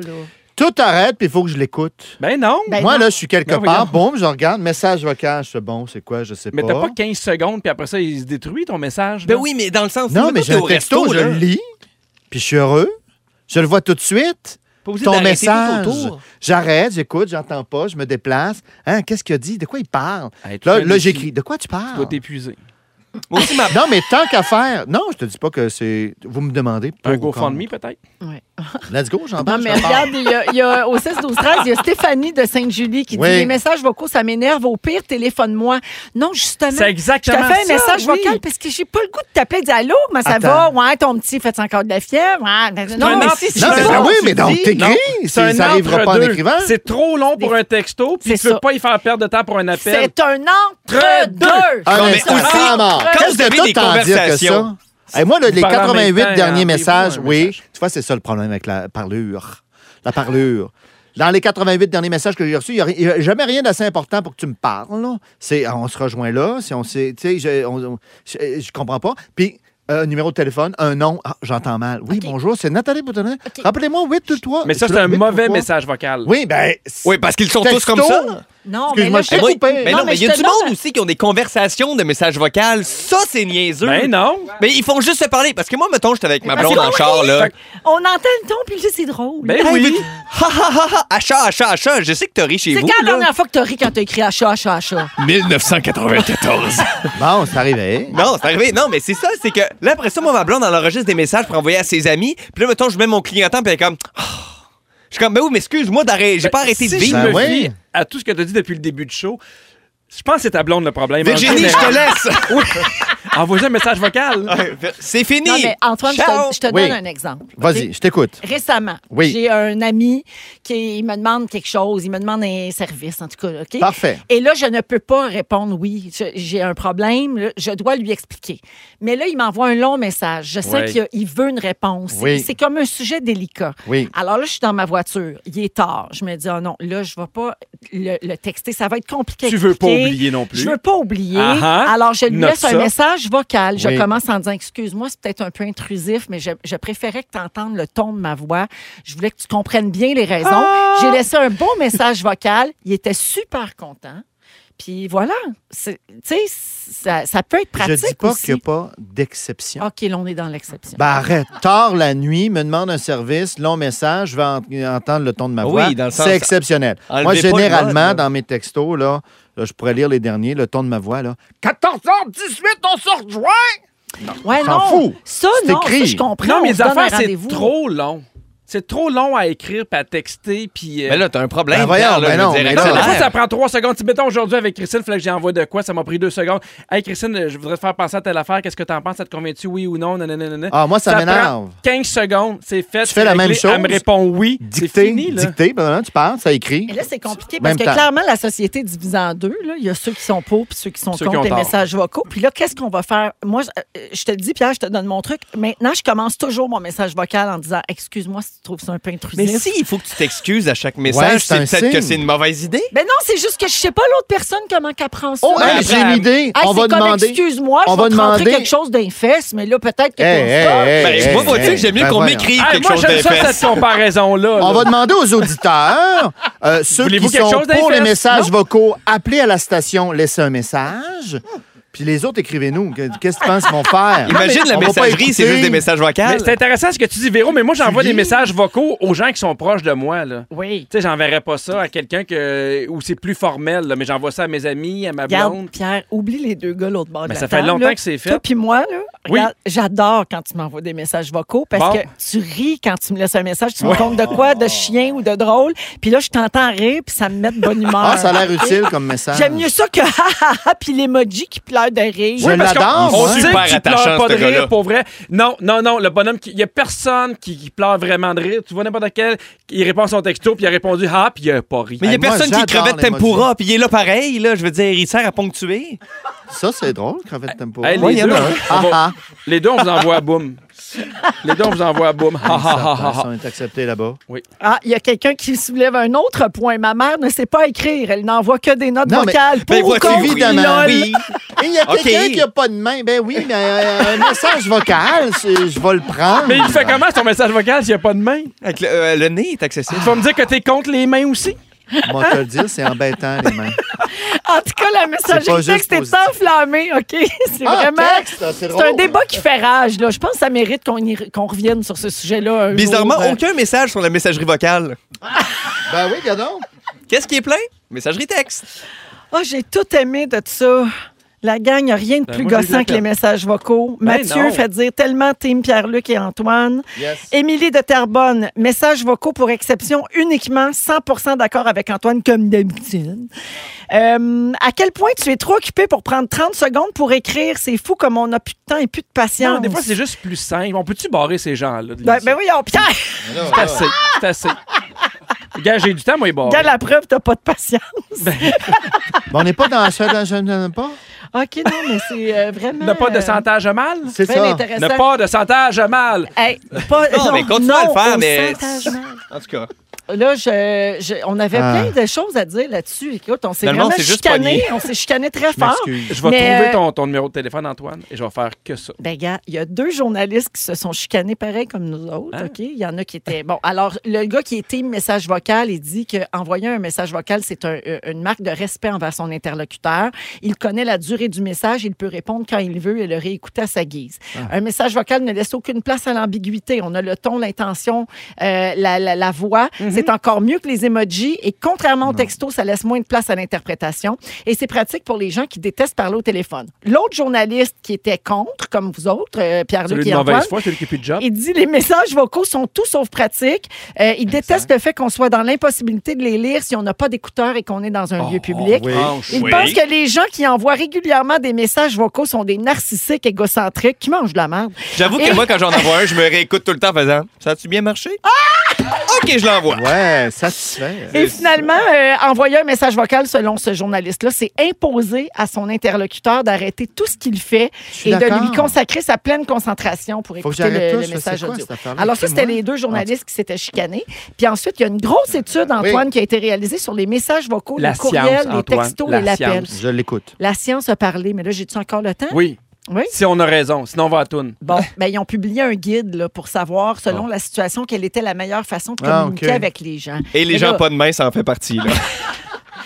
Tout arrête, puis il faut que je l'écoute. Ben non. Ben Moi, non. là, je suis quelque Ben, part, regarde. boum, je regarde, message vocal, c'est bon, c'est quoi, je sais Mais pas. t'as pas 15 secondes, puis après ça, il se détruit ton message. Ben là. oui, mais dans le sens. Non, mais j'ai j'ai un texto, je le lis, puis je suis heureux. Je le vois tout de suite. Ton message. J'arrête, j'écoute, j'entends pas, je me déplace. Hein, qu'est-ce qu'il a dit? De quoi il parle? Hey, tu Là, fais là des- j'écris. De quoi tu Tu parles? dois t'épuiser. Moi aussi, ma Non, mais tant qu'à faire. Non, je te dis pas que c'est. Vous me demandez. pour Un ou GoFundMe, peut-être? contre. Let's go, j'en Non, parle. Ah, ben, mais regarde, il y a, il y a- au 16 12 13 il y a Stéphanie de Sainte-Julie qui Oui. dit Les messages vocaux, ça m'énerve. Au pire, téléphone-moi. Non, justement. C'est Je exactement te fais un ça, message oui. vocal parce que j'ai pas le goût de t'appeler et de dire Allô, comment ça va? Attends. Ouais, ton petit, fait encore de la fièvre? Ouais, ben, un non, mais enfant. si, si, Non, je mais veux ben pas. oui, mais donc, dis- t'écris. Ça un n'arriveras pas en entre-deux. écrivant. C'est trop long pour un texto, puis C'est tu veux ça. pas y faire perdre de temps pour un appel. C'est un entre-deux. Ah, Non, mais mais c'est aussi, vraiment mort. quand Qu'est-ce vous avez que des t'as à dire que ça? conversations, Hey, moi, là, les parlez en même 88 temps, et derniers rendez-vous messages, un oui. message. Tu vois, c'est ça le problème avec la parlure. La parlure. Dans les 88 derniers messages que j'ai reçus, il n'y a, ri- il y a jamais rien d'assez important pour que tu me parles. là. C'est ah, on se rejoint là, si on s'est- tu sais, je, on- on- je, je comprends pas. Puis euh, numéro de téléphone, un nom, ah, j'entends mal. Oui, bonjour, c'est Nathalie Boutonnet. Rappelez-moi 823. Mais ça, c'est un mauvais message vocal. Oui, ben Oui, parce qu'ils sont tous Texto. comme ça. Non, mais Excuse-moi, là, je je t'ai te Eh oui, coupé. Non, mais non, mais mais il y a je te du monde donne- aussi qui ont des conversations de messages vocaux. Ça, c'est niaiseux. Ben non. Mais ils font juste se parler. Parce que moi, mettons, j'étais Ah, avec ma blonde en char, là. Fait que- On entend le ton, puis là, c'est drôle. Ben oui. Ha ha ha ha, achat, achat, achat. Je sais que t'as ri chez C'est vous. quand la là. dernière fois que t'as ri quand t'as écrit achat, achat, achat? 1994. Bon, c'est arrivé. non, c'est arrivé. Non, mais c'est ça, c'est que là, après ça, moi, ma blonde, elle enregistre des messages pour envoyer à ses amis. Puis là, mettons, je mets mon clignotant, puis elle est comme. Ah. Je suis comme, ben oui, mais excuse-moi d'arrêter. J'ai pas arrêté de si je vivre. me Ben oui. fie à tout ce que tu as dit depuis le début du show, je pense que c'est ta blonde le problème. Virginie, je te laisse. [LAUGHS] Envoyez un message vocal. C'est fini. Non, mais Antoine, je Ciao. te, je te Oui. donne un exemple. Vas-y, je t'écoute. Récemment, Oui. j'ai un ami qui il me demande quelque chose, il me demande un service, en tout cas. OK? Parfait. Et là, je ne peux pas répondre oui. Je- J'ai un problème, là, je dois lui expliquer. Mais là, il m'envoie un long message. Je sais Oui. qu'il a- il veut une réponse. Oui. C'est comme un sujet délicat. Oui. Alors là, je suis dans ma voiture. Il est tard. Je me dis, oh non, là, je ne vais pas le, le texter. Ça va être compliqué. à Tu veux pas expliquer. oublier non plus. Je veux pas oublier. Ah ah. Alors, je lui Note laisse un ça. message vocal. Je Oui. commence en disant Excuse-moi, c'est peut-être un peu intrusif, mais je, je préférais que tu entendes le ton de ma voix. Je voulais que tu comprennes bien les raisons. Ah! J'ai laissé un bon message vocal. Il était super content. Puis voilà. C'est- Tu sais, ça, ça peut être pratique. Je dis pas aussi. Ah. qu'il n'y a pas d'exception. OK, là, on est dans l'exception. Bah, Ben arrête, tard la nuit, me demande un service, long message, je vais en- entendre le ton de ma Oui, voix. dans le sens- c'est exceptionnel. Moi, Enlevez pas le mode, généralement, là. dans mes textos, là, là, je pourrais lire les derniers, le ton de ma voix, là. 14h18, on se rejoint! ouais, s'en non. fout. Ça, C'est non, écrit. ça, je comprends. Non, On mais se les donne un affaires, c'est rendez-vous. trop long. C'est trop long à écrire, puis à texter, puis... euh, Mais là, t'as un problème. Ben voyons, Pierre, là, ben je veux non, dire, mais Non, mais là- des fois, accélère. ça prend trois secondes. Si, mettons, aujourd'hui, avec Christine, il fallait que j'envoie de quoi. Ça m'a pris deux secondes. Hey, Christine, euh, je voudrais te faire penser à telle affaire. Qu'est-ce que t'en penses? Ça te convainc-tu, oui ou non? Nanana, nanana. Ah, moi, ça prend m'énerve. 15 secondes, c'est fait. Tu fais la c'est même réglé. chose? Elle me répond oui. C'est Dicté, fini, là. dicté, ben, tu parles, ça écrit. Mais là, c'est compliqué parce Même que temps. clairement, la société est divisée en deux. là. Il y a ceux qui sont pour puis ceux qui sont Ceux qui contre ont les tort. messages vocaux. Puis là, qu'est-ce qu'on va faire? Moi, je, euh, je te le dis, Pierre, je te donne mon truc. Maintenant, je commence toujours mon message vocal en disant Excuse-moi si tu trouves ça un peu intrusif. Mais si, il faut que tu t'excuses à chaque Ouais, message, c'est un c'est peut-être signe. que c'est une mauvaise idée. Ben non, c'est juste que je sais pas l'autre personne comment qu'elle prend ça. Oh, Ah, hey, j'ai une idée. hey, on c'est va comme, demander. Excuse-moi, on je va vais te rentrer demander- Eh, quelque chose d'un fesses, mais là, peut-être que. Hey, ton- hey, hey, Ben, hey, moi, vois-tu, hey. j'aime mieux Ben, qu'on voyons. m'écrit Hey, quelque moi, chose j'aime ça, d'épaisse. cette comparaison-là. On là. va demander aux auditeurs, euh, ceux qui Voulez-vous sont quelque chose, pour les Dave? messages vocaux, appelez à la station, laissez un message. Puis les autres, écrivez-nous. Que- Qu'est-ce que tu penses qu'ils vont faire? Imagine Ah, la On va pas messagerie, c'est écouter. juste des messages vocaux. Mais c'est intéressant ce que tu dis, Véro, mais moi, j'envoie lis? des messages vocaux aux gens qui sont proches de moi. Là. eh. Oui. Tu sais, j'enverrais pas ça à quelqu'un que où c'est plus formel, là, mais j'envoie ça à mes amis, à ma Regarde, blonde. Pierre, oublie les deux gars l'autre bord de Mais la ça fait table, longtemps là. que c'est fait. Toi puis moi, là, Oui. regarde, j'adore quand tu m'envoies des messages vocaux parce Bon. que tu ris quand tu me laisses un message. Tu me comptes de quoi, de chien ou de drôle. Puis là, je t'entends rire puis ça me met de bonne humeur. Ah, ça a l'air utile comme message. J'aime mieux ça que [LAUGHS] ha ha ha puis l'emoji qui pleure de rire. Je parce qu'on- l'adore, On moi. sait Super que tu attachant, pleures pas de ce gars-là. rire, pour vrai. Non, non, non, le bonhomme, il y a personne qui, qui pleure vraiment de rire. Tu vois n'importe quel, il répond à son texto, puis il a répondu « Ah », puis il a pas ri. Mais il Hey, n'y a moi, personne qui j'adore crevette les tempura, puis il est là pareil, là. Je veux dire, il sert à ponctuer. Ça, c'est drôle, crevette tempo. Hey, Ouais, les, il y en deux, a un. on va- Ah, ah. les deux, on vous envoie à boum. Les deux, on vous envoie à boum. Ha, ha, ha, ha, Ça ha. est accepté là-bas. Ah, il y a quelqu'un qui soulève un autre point. Ma mère ne sait pas écrire. Elle n'envoie que des notes Non, mais- vocales. Ben, pour vois-tu, qu'on évidemment. lol. Oui. Et il y a OK. quelqu'un qui n'a pas de main. Ben oui, mais euh, un message vocal, c'est- je vais le prendre. Mais il fait comment son message vocal s'il n'y a pas de main? Avec le, euh, le nez est accessible. Tu vas me dire que t'es contre les mains aussi? Moi, te le dire, c'est embêtant, les mains. En tout cas, la C'est pas messagerie juste texte est positif. enflammée, OK? [LAUGHS] C'est [LAUGHS] Ah, vraiment... texte, ah, c'est C'est drôle. un débat qui fait rage, là. Je pense que ça mérite qu'on y- qu'on revienne sur ce sujet-là un Bizarrement, jour. Euh, aucun message sur la messagerie vocale. Ben oui, regarde donc. Qu'est-ce qui est plein? Messagerie texte. Ah, j'ai tout aimé de ça. La gang, y a rien de Ben, plus moi, j'ai eu gossant la que les peine. messages vocaux. Ben Mathieu non. fait dire tellement Tim, Pierre-Luc et Antoine. Yes. Émilie de Terrebonne, messages vocaux pour exception uniquement, 100 d'accord avec Antoine, comme d'habitude. Euh, à quel point tu es trop occupé pour prendre 30 secondes pour écrire? C'est fou comme on n'a plus de temps et plus de patience. Non, des fois, c'est juste plus simple. On peut-tu barrer ces gens-là? de Ben, l'émission? ben voyons, Pierre! Ah C'est assez. C'est assez. Gars, j'ai du temps, moi, il barre. Regarde la preuve, t'as pas de patience. Bon, on n'est pas dans ça, dans je n'aime pas. OK, non, mais c'est euh, vraiment... N'a pas de euh, santage mal? C'est bien ça. intéressant. N'a pas de santage mal! Hey, pas- Non, mais continue à le non, faire, au mais- santage. En tout cas, Là, je, je- on avait Ah. plein de choses à dire là-dessus. Écoute, on s'est Finalement, vraiment on s'est juste chicané. pogné. On s'est chicané très fort. M'excuse. Je vais Mais, trouver euh, ton, ton numéro de téléphone, Antoine, et je vais faire que ça. Ben, gars, il y a deux journalistes qui se sont chicanés pareil comme nous autres, Ah. Hein? OK? Il y en a qui étaient... Bon, alors, le gars qui était message vocal, il dit qu'envoyer un message vocal, c'est un- euh, une marque de respect envers son interlocuteur. Il connaît la durée du message, il peut répondre quand il veut et le réécouter à sa guise. Ah. Un message vocal ne laisse aucune place à l'ambiguïté. On a le ton, l'intention, euh, la, la- la voix. Mhm. C'est encore mieux que les emojis. Et contrairement au texto, ça laisse moins de place à l'interprétation. Et c'est pratique pour les gens qui détestent parler au téléphone. L'autre journaliste qui était contre, comme vous autres, euh, Celui Pierre-Luc de et mauvaise Antoine, foi, celui qui n'a plus de job. il dit les messages vocaux sont tout sauf pratiques. Euh, il déteste le fait qu'on soit dans l'impossibilité de les lire si on n'a pas d'écouteurs et qu'on est dans Oh, un lieu public. Hanche. Il pense que les gens qui envoient régulièrement des messages vocaux sont des narcissiques égocentriques qui mangent de la merde. j'avoue que moi, quand j'en envoie un, je me réécoute tout le temps en faisant Ça a-tu bien marché? Ah! OK, je l'envoie. Ouais, satisfait. Et finalement, euh, envoyer un message vocal, selon ce journaliste-là, c'est imposer à son interlocuteur d'arrêter tout ce qu'il fait suis et de d'accord. lui consacrer sa pleine concentration pour Faut que écouter j'arrête le, tout. le ça, message c'est quoi, audio. cette affaire-là? Alors ça, c'était Moi? les deux journalistes qui s'étaient chicanés. Puis ensuite, il y a une grosse étude, Antoine, qui a été réalisée sur les messages vocaux, La les courriels, science, les Antoine, textos la et l'appel. science. Je l'écoute. La science a parlé, mais là, j'ai-tu encore le temps? Oui. Oui? Si on a raison, sinon on va à Toon. [LAUGHS] Bon, ben, ils ont publié un guide là, pour savoir, selon la situation, quelle était la meilleure façon de Ah, communiquer OK. avec les gens. Et les Mais gens là- pas de main, ça en fait partie. Là.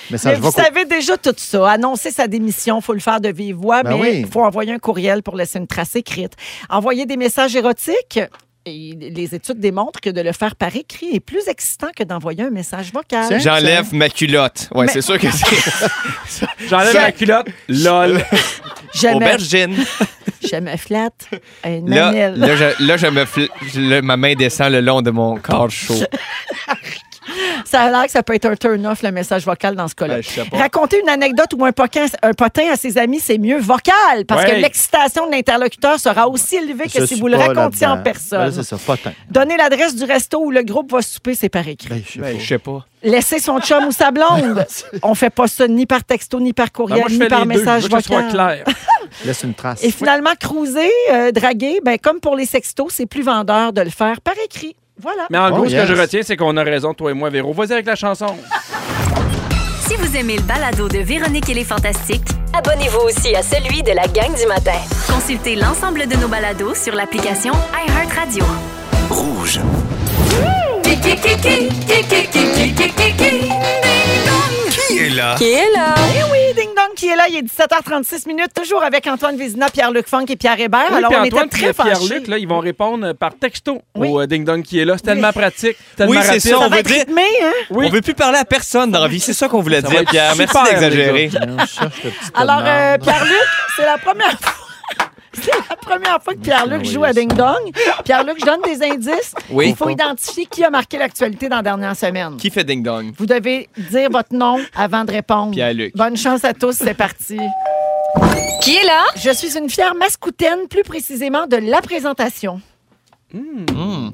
Mais Message vous vocal. savez déjà tout ça. Annoncer sa démission, il faut le faire de vive voix, Ben mais il oui. faut envoyer un courriel pour laisser une trace écrite. Envoyer des messages érotiques. Et les études démontrent que de le faire par écrit est plus excitant que d'envoyer un message vocal. Tiens. J'enlève ma culotte. Ouais, c'est sûr que [LAUGHS] c'est. J'enlève Ça- la culotte. LOL. Ben, Jamais, Aubergine. jamais [LAUGHS] flatte une Là, mamelle. là, je, là, je me fl- je- là, ma main descend le long de mon corps chaud. Ça a l'air que ça peut être un turn-off, le message vocal dans ce cas-là. Ben, je sais pas. Raconter une anecdote ou un potin, un potin à ses amis, c'est mieux vocal, parce Ouais. que l'excitation de l'interlocuteur sera aussi élevée que Je si suis vous le pas racontiez en là-dedans. personne. Ouais, c'est ça, potin. Donner l'adresse du resto où le groupe va souper, c'est par écrit. Ben, je sais Ben, pas. je sais pas. Laisser son chum ou sa blonde. On fait pas ça ni par texto, ni par Ben, courriel, moi, je ni fais par les deux. Je message veux que ce soit vocal. clair. Laisse une trace. Oh, Et finalement, cruiser, euh, draguer, ben, comme pour les sextos, c'est plus vendeur de le faire par écrit. Voilà. Mais en Oh, gros, yes. ce que je retiens, c'est qu'on a raison, toi et moi, Véro. Vas-y avec la chanson. Si vous aimez le balado de Véronique et les Fantastiques, Abonnez-vous aussi à celui de la gang du matin. consultez l'ensemble de nos balados sur l'application iHeartRadio. Qui est là? Eh Oui, ding Dong qui est là, il est 17h36 minutes, toujours avec Antoine Vézina, Pierre-Luc Funk et Pierre Hébert. Oui, Ah, Alors, puis on Antoine, était très puis fâchés. Pierre-Luc, là, ils vont répondre par texto Oui. au euh, ding-dong qui est là. C'est tellement pratique, tellement Oui, c'est rapide. ça, on Ça va veut être dire. rythmé, hein? Oui. On veut plus parler à personne dans la vie. C'est ça qu'on voulait Ça va dire, être Pierre. Merci super, les d'exagérer. gars. On cherche le petit peu de Alors, euh, marde. Pierre-Luc, c'est la première fois. [LAUGHS] C'est la première fois que Pierre-Luc Oui, joue à oui, Ding Dong. Pierre-Luc, je donne des indices. Oui. Il faut identifier qui a marqué l'actualité dans la dernière semaine. Qui fait ding-dong? Vous devez dire votre nom avant de répondre. Pierre-Luc. Bonne chance à tous, c'est parti. Qui est là? Je suis une fière mascoutaine, plus précisément de la présentation. Hmm.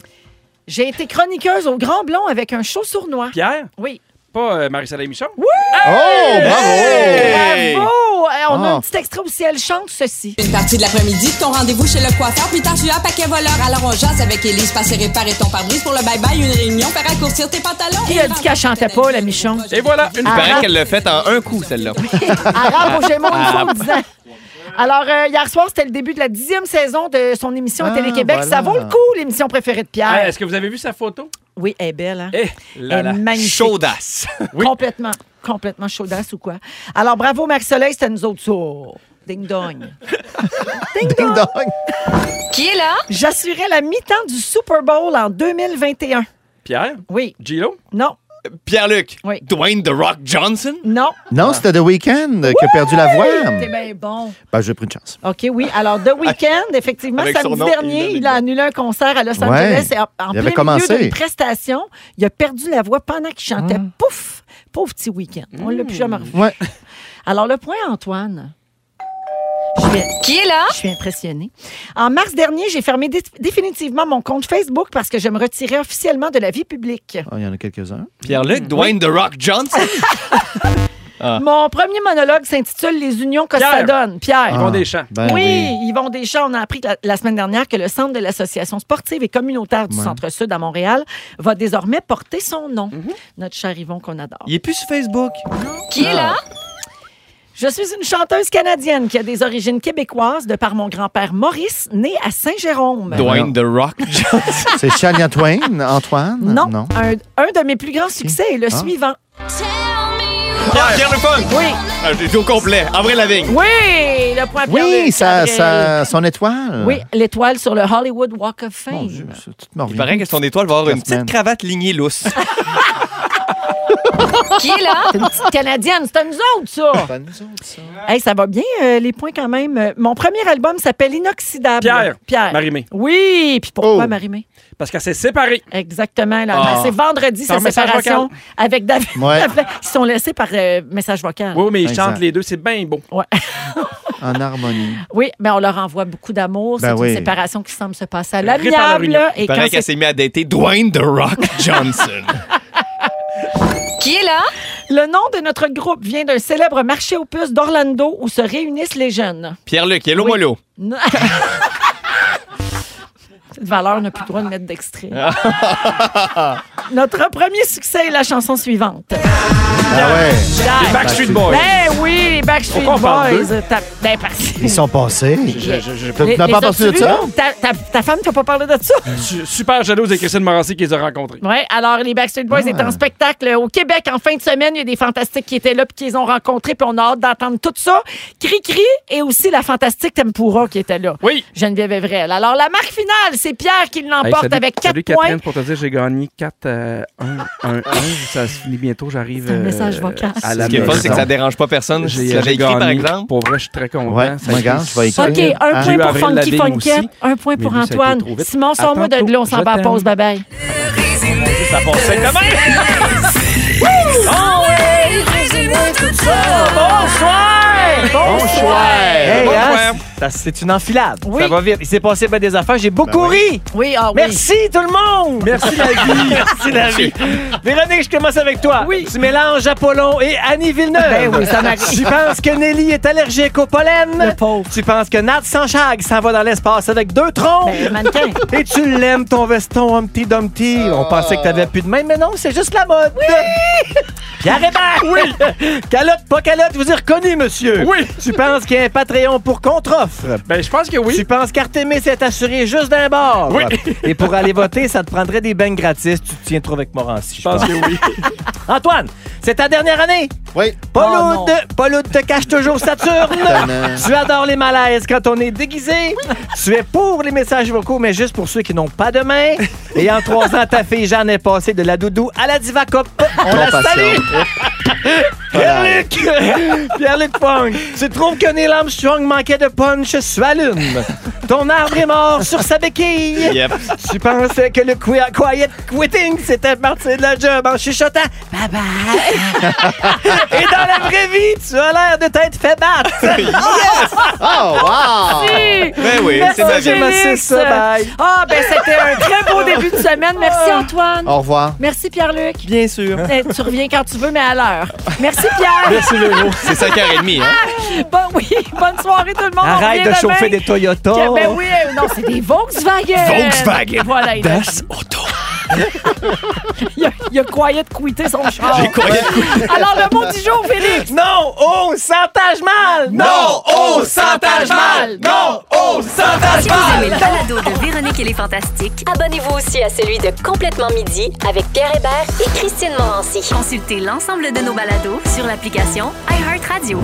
J'ai été chroniqueuse au Grand Blond avec un show sournois. Pierre? Oui. Pas euh, Marie-Soleil Michon? Oh, bravo! Hey! Bravo! Euh, On a Ah. un petit extrait aussi, elle chante ceci. Une partie de l'après-midi, ton rendez-vous chez le coiffeur, puis t'as un paquet voleur. Alors on jase avec Élise, passer réparer ton pare-brise pour le bye-bye, une réunion, faire raccourcir tes pantalons. Qui a dit qu'elle chantait pas, la Michon? Et voilà, une Il Ah. paraît qu'elle l'a fait en un coup, celle-là. Arabe au Gémeaux, Ah, une Ah. fois ou dix ans. Alors, euh, hier soir, c'était le début de la dixième saison de son émission à Ah, Télé-Québec. voilà. Ça vaut le coup, l'émission préférée de Pierre. Hey, Ah, Est-ce que vous avez vu sa photo? Oui, elle est belle, hein? Eh, là, elle est là. magnifique. Chaudasse. oui. Complètement, complètement chaudasse ou quoi. Alors, bravo, Marie-Soleil, c'était nous autres. Oh, Ding dong. Ding dong! Qui est là? J'assurais la mi-temps du Super Bowl en 2021. [LAUGHS] Pierre? Oui, Gilo? non, Pierre-Luc. Oui. Dwayne The Rock Johnson. non. Non, c'était The Weeknd qui a perdu la T'es voix. bien bon. Ben, j'ai pris une chance. OK, oui. Alors, The Weeknd, effectivement, Avec son samedi nom, dernier, il il, l'a a annulé un concert à Los Ouais. Angeles. Et en Il en avait plein commencé. Mm. milieu d'une prestation, il a perdu la voix pendant qu'il chantait. Pouf! Pauvre petit Weeknd. On l'a plus jamais revu. Ouais. Alors, le point, Antoine. Je suis, Qui est là? je suis impressionnée. En mars dernier, j'ai fermé dé- définitivement mon compte Facebook parce que je me retirais officiellement de la vie publique. Ah, Il y en a quelques-uns. Pierre-Luc. Dwayne The Rock Johnson. Ah. Mon premier monologue s'intitule Les unions que ça Pierre. donne. Pierre. Ils vont des champs. Ben oui, Yvon Deschamps, on a appris que la, la semaine dernière que le centre de l'association sportive et communautaire du Ouais. Centre-Sud à Montréal va désormais porter son nom. Mm-hmm. Notre cher Yvon qu'on adore. Il est plus sur Facebook. Qui est là? Je suis une chanteuse canadienne qui a des origines québécoises de par mon grand-père Maurice, né à Ben Saint-Jérôme. Dwayne The [LAUGHS] Rock Johnson. C'est Shania Twain, Antoine? Non, Un, un de mes plus grands succès est le Ah. suivant. Pierre-Luc Funk. Ah, Oui, J'ai tout au complet. Avril Lavigne. oui, le point Oui, Pierre-Luc sa, Gabriel. sa- son étoile. Oui, l'étoile sur le Hollywood Walk of Mon Fame. Dieu, ça, tout me Il revient. paraît que son étoile va avoir une Quatre petite semaines. cravate lignée lousse. Ah, Qui est là? [LAUGHS] C'est une petite Canadienne, c'est à nous autres, [LAUGHS] ça. Ben, nous autres, ça. Hey, ça va bien, euh, les points quand même. Euh, Mon premier album s'appelle Inoxydable. Pierre. Pierre. Marimé. Oui, puis pourquoi Oh. Marimé? Parce qu'elle s'est séparée. Exactement. là. Ben, Ah. C'est vendredi, Par sa message séparation vocal. avec David. Ouais. Laplante. [LAUGHS] Ils sont laissés par euh, message vocal. Oui, oui, mais ils Exact. chantent les deux, c'est bien beau. Ouais. En harmonie. Oui, mais on leur envoie beaucoup d'amour. C'est Ben une oui. séparation qui semble se passer à Réparé par l'amiable. l'union. là, Et Il quand paraît qu'elle c'est s'est mise à dater Dwayne The Rock [LAUGHS] Johnson. Qui est là? le nom de notre groupe vient d'un célèbre marché aux puces d'Orlando où se réunissent les jeunes. Pierre-Luc, Hello Molo. Non. Cette valeur n'a plus le droit de mettre d'extrait. Notre premier succès est la chanson suivante. Ah ouais. Pierre. Backstreet Boys. Ben oui, les Backstreet Pourquoi on parle Boys. T'as- Ben parce Ils sont passés. T'as- Les- Tu n'as les pas parlé de as-tu ça? vus? Ta, ta- ta femme t'a pas parlé de ça? Je suis super jalouse de Christine Morancy qui les a rencontrés. Ouais, alors les Backstreet Boys Ah. étaient en spectacle au Québec en fin de semaine. Il y a des fantastiques qui étaient là puis qui les ont rencontrés puis on a hâte d'entendre tout ça. Cri-cri et aussi la fantastique Tempura qui était là. Oui. Geneviève Evrel. Alors la marque finale, c'est Pierre qui Hey, l'emporte salut- avec 4 salut, points. Catherine, pour te dire, j'ai gagné euh, 4 1 1 1. Ça se finit bientôt, j'arrive. euh, C'est un message vocal. À Ce la qui est fun, c'est que ça maison. dérange pas personne. Si J'ai tu l'avais écrit, gagné. par exemple. ben, Pour vrai, je suis très content. Ouais, Ça moi, fait regarde, je vais ça. OK, écrire. un Ah. point J'ai eu pour Avril Funky Lavigne Funky, aussi. un point pour Mais lui, ça a été Antoine. trop vite. Simon, sors-moi À de tantôt. là, on s'en Je va à t'aime. pause, bye-bye. Ça passe sec demain. Hey, Bonsoir. hein, ça- c'est une enfilade. Oui. Ça va vite. Il s'est passé bien des affaires. J'ai beaucoup ri. Oui, ah oui. Merci tout le monde. Ben Merci la vie. [LAUGHS] Merci la vie. Véronique, je commence avec toi. Oui. Tu mélanges Apollon et Annie Villeneuve. Ben oui, ça m'arrive. [LAUGHS] Tu penses que Nelly est allergique au pollen. Le pauvre. Tu penses que Nat Sanchag s'en va dans l'espace avec deux troncs. Ben, mannequin. Et tu l'aimes, ton veston Humpty Dumpty. On pensait que t'avais plus de main, mais non, c'est juste la mode. Pierre Hébert! Oui! calotte, pas calotte, vous y reconnu, monsieur. Oui. Tu penses qu'il y a un Patreon pour qu'on contre offre. Ben, je pense que oui. Tu penses qu'Artemis est assuré juste d'un bord. Oui. Et pour aller voter, ça te prendrait des bains gratis. Tu te tiens trop avec Morancy. Je Je pense pense. que oui. [LAUGHS] Antoine, c'est ta dernière année. Oui. Pauloud, Pauloud te cache toujours Saturne. tu adores les malaises quand on est déguisé. tu es pour les messages vocaux, mais juste pour ceux qui n'ont pas de main. Et en trois ans, ta fille Jeanne est passée de la doudou à la diva cop. On la salue. Pierre-Luc! [LAUGHS] Pierre-Luc Pong, tu trouves que Neil Armstrong manquait de punch sur la lune. Ton arbre est mort sur sa béquille. Tu pensais que le qui- quiet quitting, c'était partir de la job en chuchotant « Bye-bye! » Et dans la vraie vie, tu as l'air de t'être fait battre. Oh, wow! Ben oui, Merci, c'est ma vie. j'ai massé ça, bye. Ah, ben c'était un très beau début de semaine. Merci Antoine. Au revoir. Merci Pierre-Luc. Ah. Bien sûr. Eh, Tu reviens quand tu veux, mais à l'heure. Merci Pierre. Merci, Véro. C'est 5h30, hein? [LAUGHS] Bon, oui, bonne soirée tout le monde. On Arrête revient de demain. chauffer des Toyotas. Que- Ben oui, euh, non, c'est des Volkswagen. Volkswagen. Voilà, il a, Das Auto. il a, il a croyé de quitter son char. J'ai couru de couilles. Alors, le mot du jour, Félix. Non, on s'entage mal! Non, on s'entage mal! Non, on s'entage Si vous aimez le balado de Véronique et les Fantastiques, Abonnez-vous aussi à celui de Complètement Midi avec Pierre Hébert et Christine Morancy. consultez l'ensemble de nos balados sur l'application iHeartRadio.